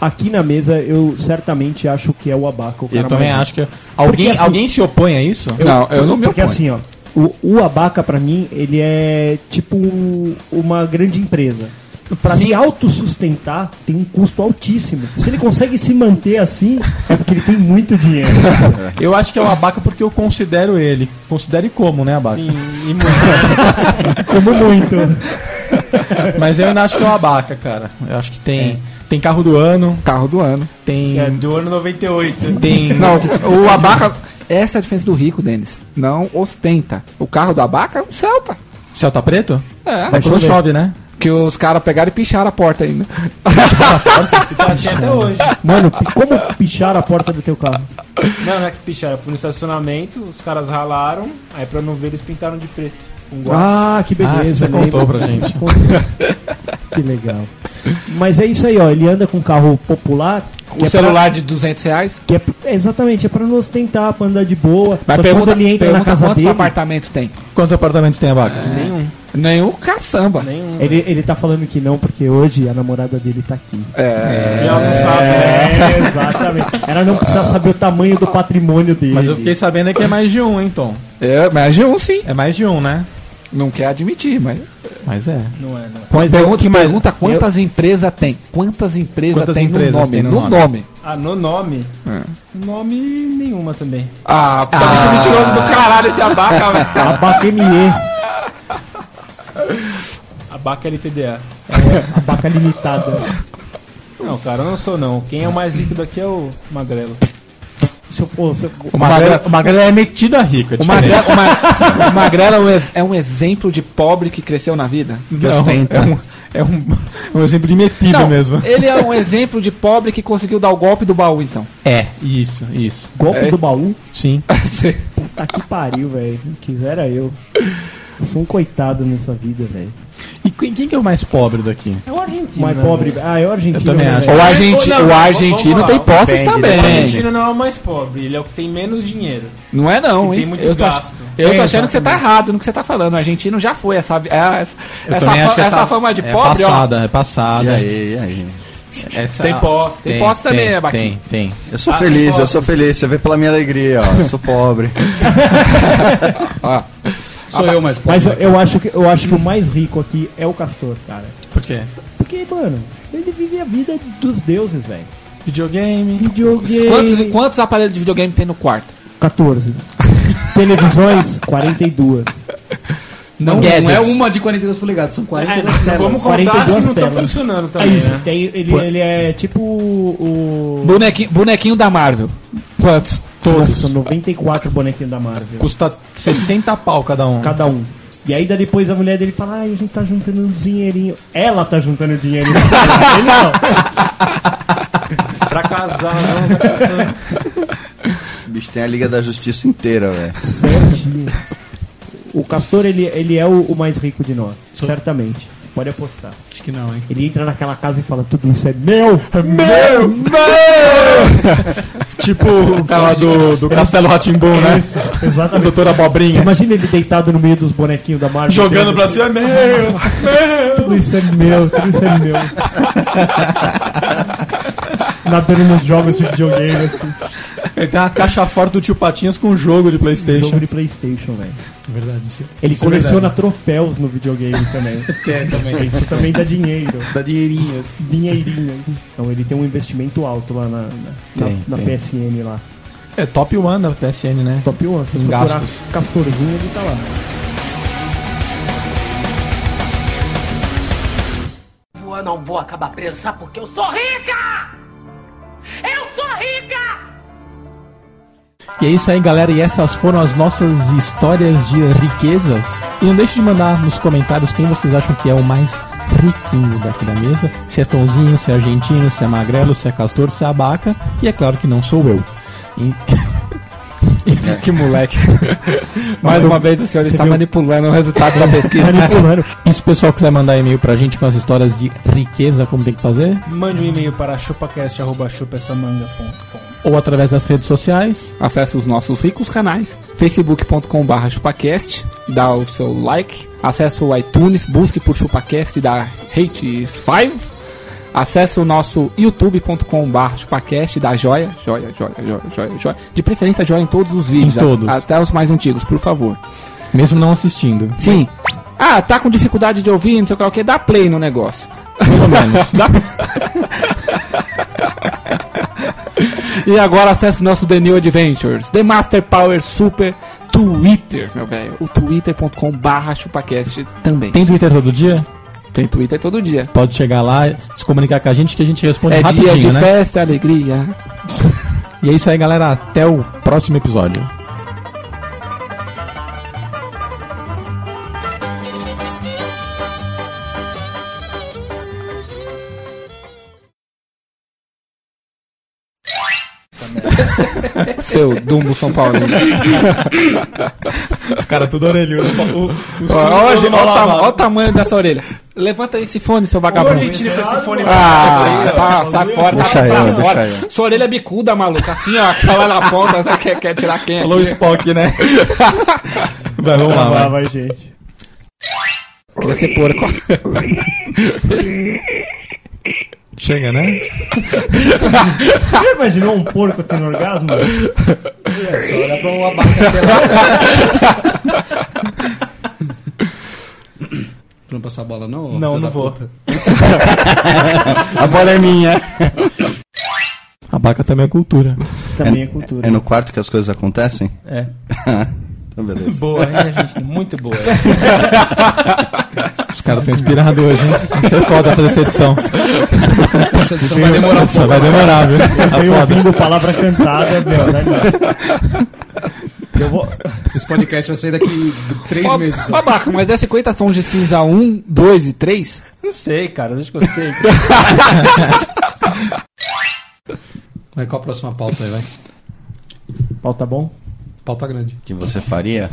H: Aqui na mesa eu certamente acho que é o Abaca. O
B: Eu
H: cara
B: também
H: mais-
B: acho que. Alguém,
H: assim-
B: alguém se opõe a isso?
D: não, eu não me
H: Porque
D: oponho.
H: assim, ó, o, o Abaca pra mim, ele é tipo um- uma grande empresa. Pra se autossustentar, tem um custo altíssimo. Se ele consegue se manter assim, é porque ele tem muito dinheiro.
B: Eu acho que é o Abaca porque eu considero ele. Considere como, né, Abaca?
H: Como muito.
B: Mas eu ainda acho que é o Abaca, cara. Eu acho que tem. Tem carro do ano,
D: Carro do ano.
B: tem.
C: É, do ano 98.
B: Tem.
D: Não, o abaca. Essa é a diferença do rico, Denis. Não ostenta. O carro do abaca é um Celta.
B: Celta tá preto?
D: É.
B: Mas quando chove, né?
D: Que os caras pegaram e picharam a porta né? ainda.
C: Tá assim até hoje.
H: Mano, pi- como pichar a porta do teu carro?
C: Não, não é que picharam. Fui no estacionamento, os caras ralaram. Aí pra não ver, eles pintaram de preto. Com guache.
H: Ah, que beleza.
B: Ah, você
H: lembra?
B: contou pra gente.
H: Você contou. que legal. Mas é isso aí, ó. Ele anda com um carro popular. que
D: O
H: é
D: celular de 200 reais.
H: pra- que é, é exatamente, é pra não ostentar, pra andar de boa.
D: Mas
H: Só que
D: pergunta,
H: quando ele entra na
D: pergunta
H: casa
D: quantos
H: dele,
D: apartamento tem.
B: Quantos apartamentos tem Abaca?
D: É. Nenhum caçamba.
H: ele, ele tá falando que não, porque hoje a namorada dele tá aqui.
B: Ah,
D: É.
C: E ela não sabe, né?
H: É, exatamente. Ela não precisa saber o tamanho do patrimônio dele.
B: Mas eu fiquei sabendo é que é mais de um, hein, Tom?
D: É, mas de um sim.
B: É mais de um, né?
D: Não quer admitir, mas.
B: Mas é.
C: Não é, não.
H: Mas eu-
D: pergunta, pergunta quantas empresas tem. Quantas empresas
B: Quantas
D: tem
B: empresas
D: no nome?
B: tem no
D: no
B: nome?
D: nome.
C: Ah, no nome?
B: É.
C: Nome nenhuma também.
D: Ah, tá bicho mentiroso do caralho esse abaca, velho.
H: A BACME,
C: Abaca LTDA.
H: a BACA limitada.
C: Não, cara, eu não sou não. Quem é o mais rico daqui é o Magrelo.
H: Se eu, pô, se eu-
B: O Magrela, o Magrela é metido a rico. É
D: O
B: diferente.
D: Magrela, o Ma- o Magrela é um ex- é um exemplo de pobre que cresceu na vida?
B: Não, é um, é um, é um exemplo de metido
D: Não,
B: mesmo.
D: ele é um exemplo de pobre que conseguiu dar o golpe do baú, então.
B: É, isso, isso.
H: golpe
D: É.
H: do baú, tá
B: Sim.
H: puta que pariu, velho. Quisera eu. Eu sou um coitado nessa vida, velho.
B: E quem, quem que é o mais pobre daqui?
H: É o
C: né?
H: argentino. Mais pobre. Ah, é o argentino.
B: Eu também
H: né,
B: acho.
H: velho?
B: O argenti-
H: Não, não,
B: o
H: não,
B: argentino
H: vamos lá.
B: tem posses
H: Depende,
B: também.
H: né?
C: O
B: É.
C: argentino não é o mais pobre, ele é o que tem menos dinheiro.
D: Não é não,
C: Que tem
D: hein?
C: muito
D: Eu tô, ach-
C: gasto.
D: eu tô
C: É,
D: achando que você tá
C: exatamente.
D: errado no que você tá falando. O argentino já foi essa é- essa,
B: Eu
D: essa,
B: também
D: fa-
B: acho que
D: essa fama de
B: é
D: pobre,
B: passada, é passada.
G: E aí, e aí?
B: Essa-
D: Tem posse, tem posse também, né, Baquinha?
B: Tem, tem.
G: Eu sou feliz, eu sou feliz. Você vê pela minha alegria, ó. Eu sou pobre.
F: Sou eu mais
H: Mas eu, eu acho que, eu acho que o mais rico aqui é o Castor, cara.
B: Por quê?
H: Porque, mano, ele vive a vida dos deuses, velho.
B: Videogame.
H: Videogame.
D: ó. Quantos, quantos aparelhos de videogame tem no quarto?
H: 14. Televisões, 42.
F: Não, não
H: Gadgets.
F: é uma de 42 polegadas, são 42 telas.
C: Vamos contar as que não estão funcionando
H: É
C: também,
H: isso,
C: né?
H: tem, ele, ele é tipo o.
D: Bonequinho, bonequinho da Marvel. Quantos?
H: Todos. 94 bonequinhos da Marvel.
B: Custa 60 pau cada um.
H: Cada um. E aí daí depois a mulher dele fala, ai, a gente tá juntando um dinheirinho. Ela tá juntando dinheirinho. Ele não.
C: Pra casar, né?
G: O bicho tem a Liga da Justiça inteira, velho.
H: Certinho. O Castor, ele, ele é o, o mais rico de nós. Certamente. Pode apostar.
B: Acho que não, hein?
H: Ele entra naquela casa e fala, tudo isso é meu! É
B: Meu! tipo o cara do, do Castelo Ratimbum,
H: É
B: né?
H: Exatamente.
B: Doutora
H: Você
B: Abobrinha.
H: imagina ele deitado no meio dos bonequinhos da Marvel.
B: Jogando
H: dele,
B: pra cima, é meu!
H: Tudo isso é meu, tudo isso é meu. Nadando nos jogos de videogame, assim.
B: Ele tem uma caixa forte do tio Patinhas com um jogo de Playstation.
H: Jogo de Playstation, velho.
B: Verdade, sim.
H: Ele
B: Isso é
H: coleciona
B: verdade.
H: troféus no videogame também.
F: É, também.
H: Isso também dá dinheiro.
F: Da dinheirinhas.
H: Dinheirinho. Então ele tem um investimento alto lá na, na,
B: Tem,
H: na- na
B: tem.
H: PSN lá.
B: É top 1 da PSN, né?
H: Top 1, se
B: Em
H: procurar
B: gastos.
H: Castorzinho, ele tá lá.
R: Eu não vou acabar presa porque eu sou rica! Eu sou rica!
B: E é isso aí, galera. E essas foram as nossas histórias de riquezas. E não deixe de mandar nos comentários quem vocês acham que é o mais riquinho daqui da mesa. Se é Tonzinho, se é Argentino, se é Magrelo, se é Castor, se é Abaca. E é claro que não sou eu. E-
D: Que moleque. Mais uma vez o senhor está manipulando o resultado da pesquisa.
H: Manipulando.
B: E se o pessoal quiser mandar e-mail pra gente com as histórias de riqueza, como tem que fazer?
C: Mande um e-mail para chupacast.chupaessamanga.com
B: Ou através das redes sociais.
D: Acesse os nossos ricos canais, facebook.com.br chupacast, dá o seu like, acesse o iTunes, busque por chupacast da Hate 5, acesse o nosso youtube.com.br chupacast, dá joia, joia, joia, joia, joia, joia, de preferência joia em todos os vídeos,
B: Em todos.
D: a- até os mais antigos, por favor.
B: Mesmo não assistindo.
D: Sim. Ah, tá com dificuldade de ouvir, não sei o que, o que, dá play no negócio.
B: Pelo menos.
D: Dá- e agora acesse o nosso The New Adventures, The Master Power Super Twitter, meu velho. O twitter.com barra chupacast também. Tem,
B: tem Twitter todo dia?
D: tem Twitter todo dia.
B: Pode chegar lá, se comunicar com a gente que a gente responde
D: É dia de
B: rapidinho, né?
D: festa, alegria.
B: E é isso aí, galera. Até o próximo episódio.
D: Seu Dumbo São Paulo.
B: Os caras tudo orelhudo.
D: Olha o tamanho dessa orelha. Levanta esse fone, seu vagabundo. Ah, tá, sai fora,
G: Deixa
D: tá,
G: eu,
D: tá
G: deixa
D: fora.
G: eu.
D: Sua orelha é bicuda, maluco. Assim, ó, aquela na ponta, né, quer, quer tirar quem
B: Falou o
D: aqui.
B: Spock, né? vai, vamos lá,
H: Lá
B: vai.
H: vai, gente.
D: Queria ser porco.
B: Chega, né?
H: Já imaginou um porco tendo orgasmo?
F: É, Só olha pra uma barca pelada. Tu não passar a bola, não?
C: Não, não
F: filho da
C: vou.
F: puta?
G: A bola é minha.
B: A baca também é cultura.
H: Também é
G: É
H: cultura.
G: no quarto que as coisas acontecem?
C: É.
G: Então, beleza.
C: Boa, hein, gente? Muito boa.
B: Os caras estão inspirados tá hoje, hein? Isso é foda fazer essa edição.
F: Essa edição vai demorar um
B: Nossa, vai demorar, viu? Tá
H: Veio
B: foda.
H: ouvindo palavra cantada, meu, né, meu? Eu vou.
F: pouco. Esse podcast vai sair daqui três
D: Ó,
F: meses.
D: ó, Baca, mas é 50 tons de cinza 1, 2 e 3?
C: Não sei, cara. Acho que eu sei.
F: Vai, qual a próxima pauta aí, vai?
H: Pau tá bom?
F: Pauta grande.
G: Que você faria?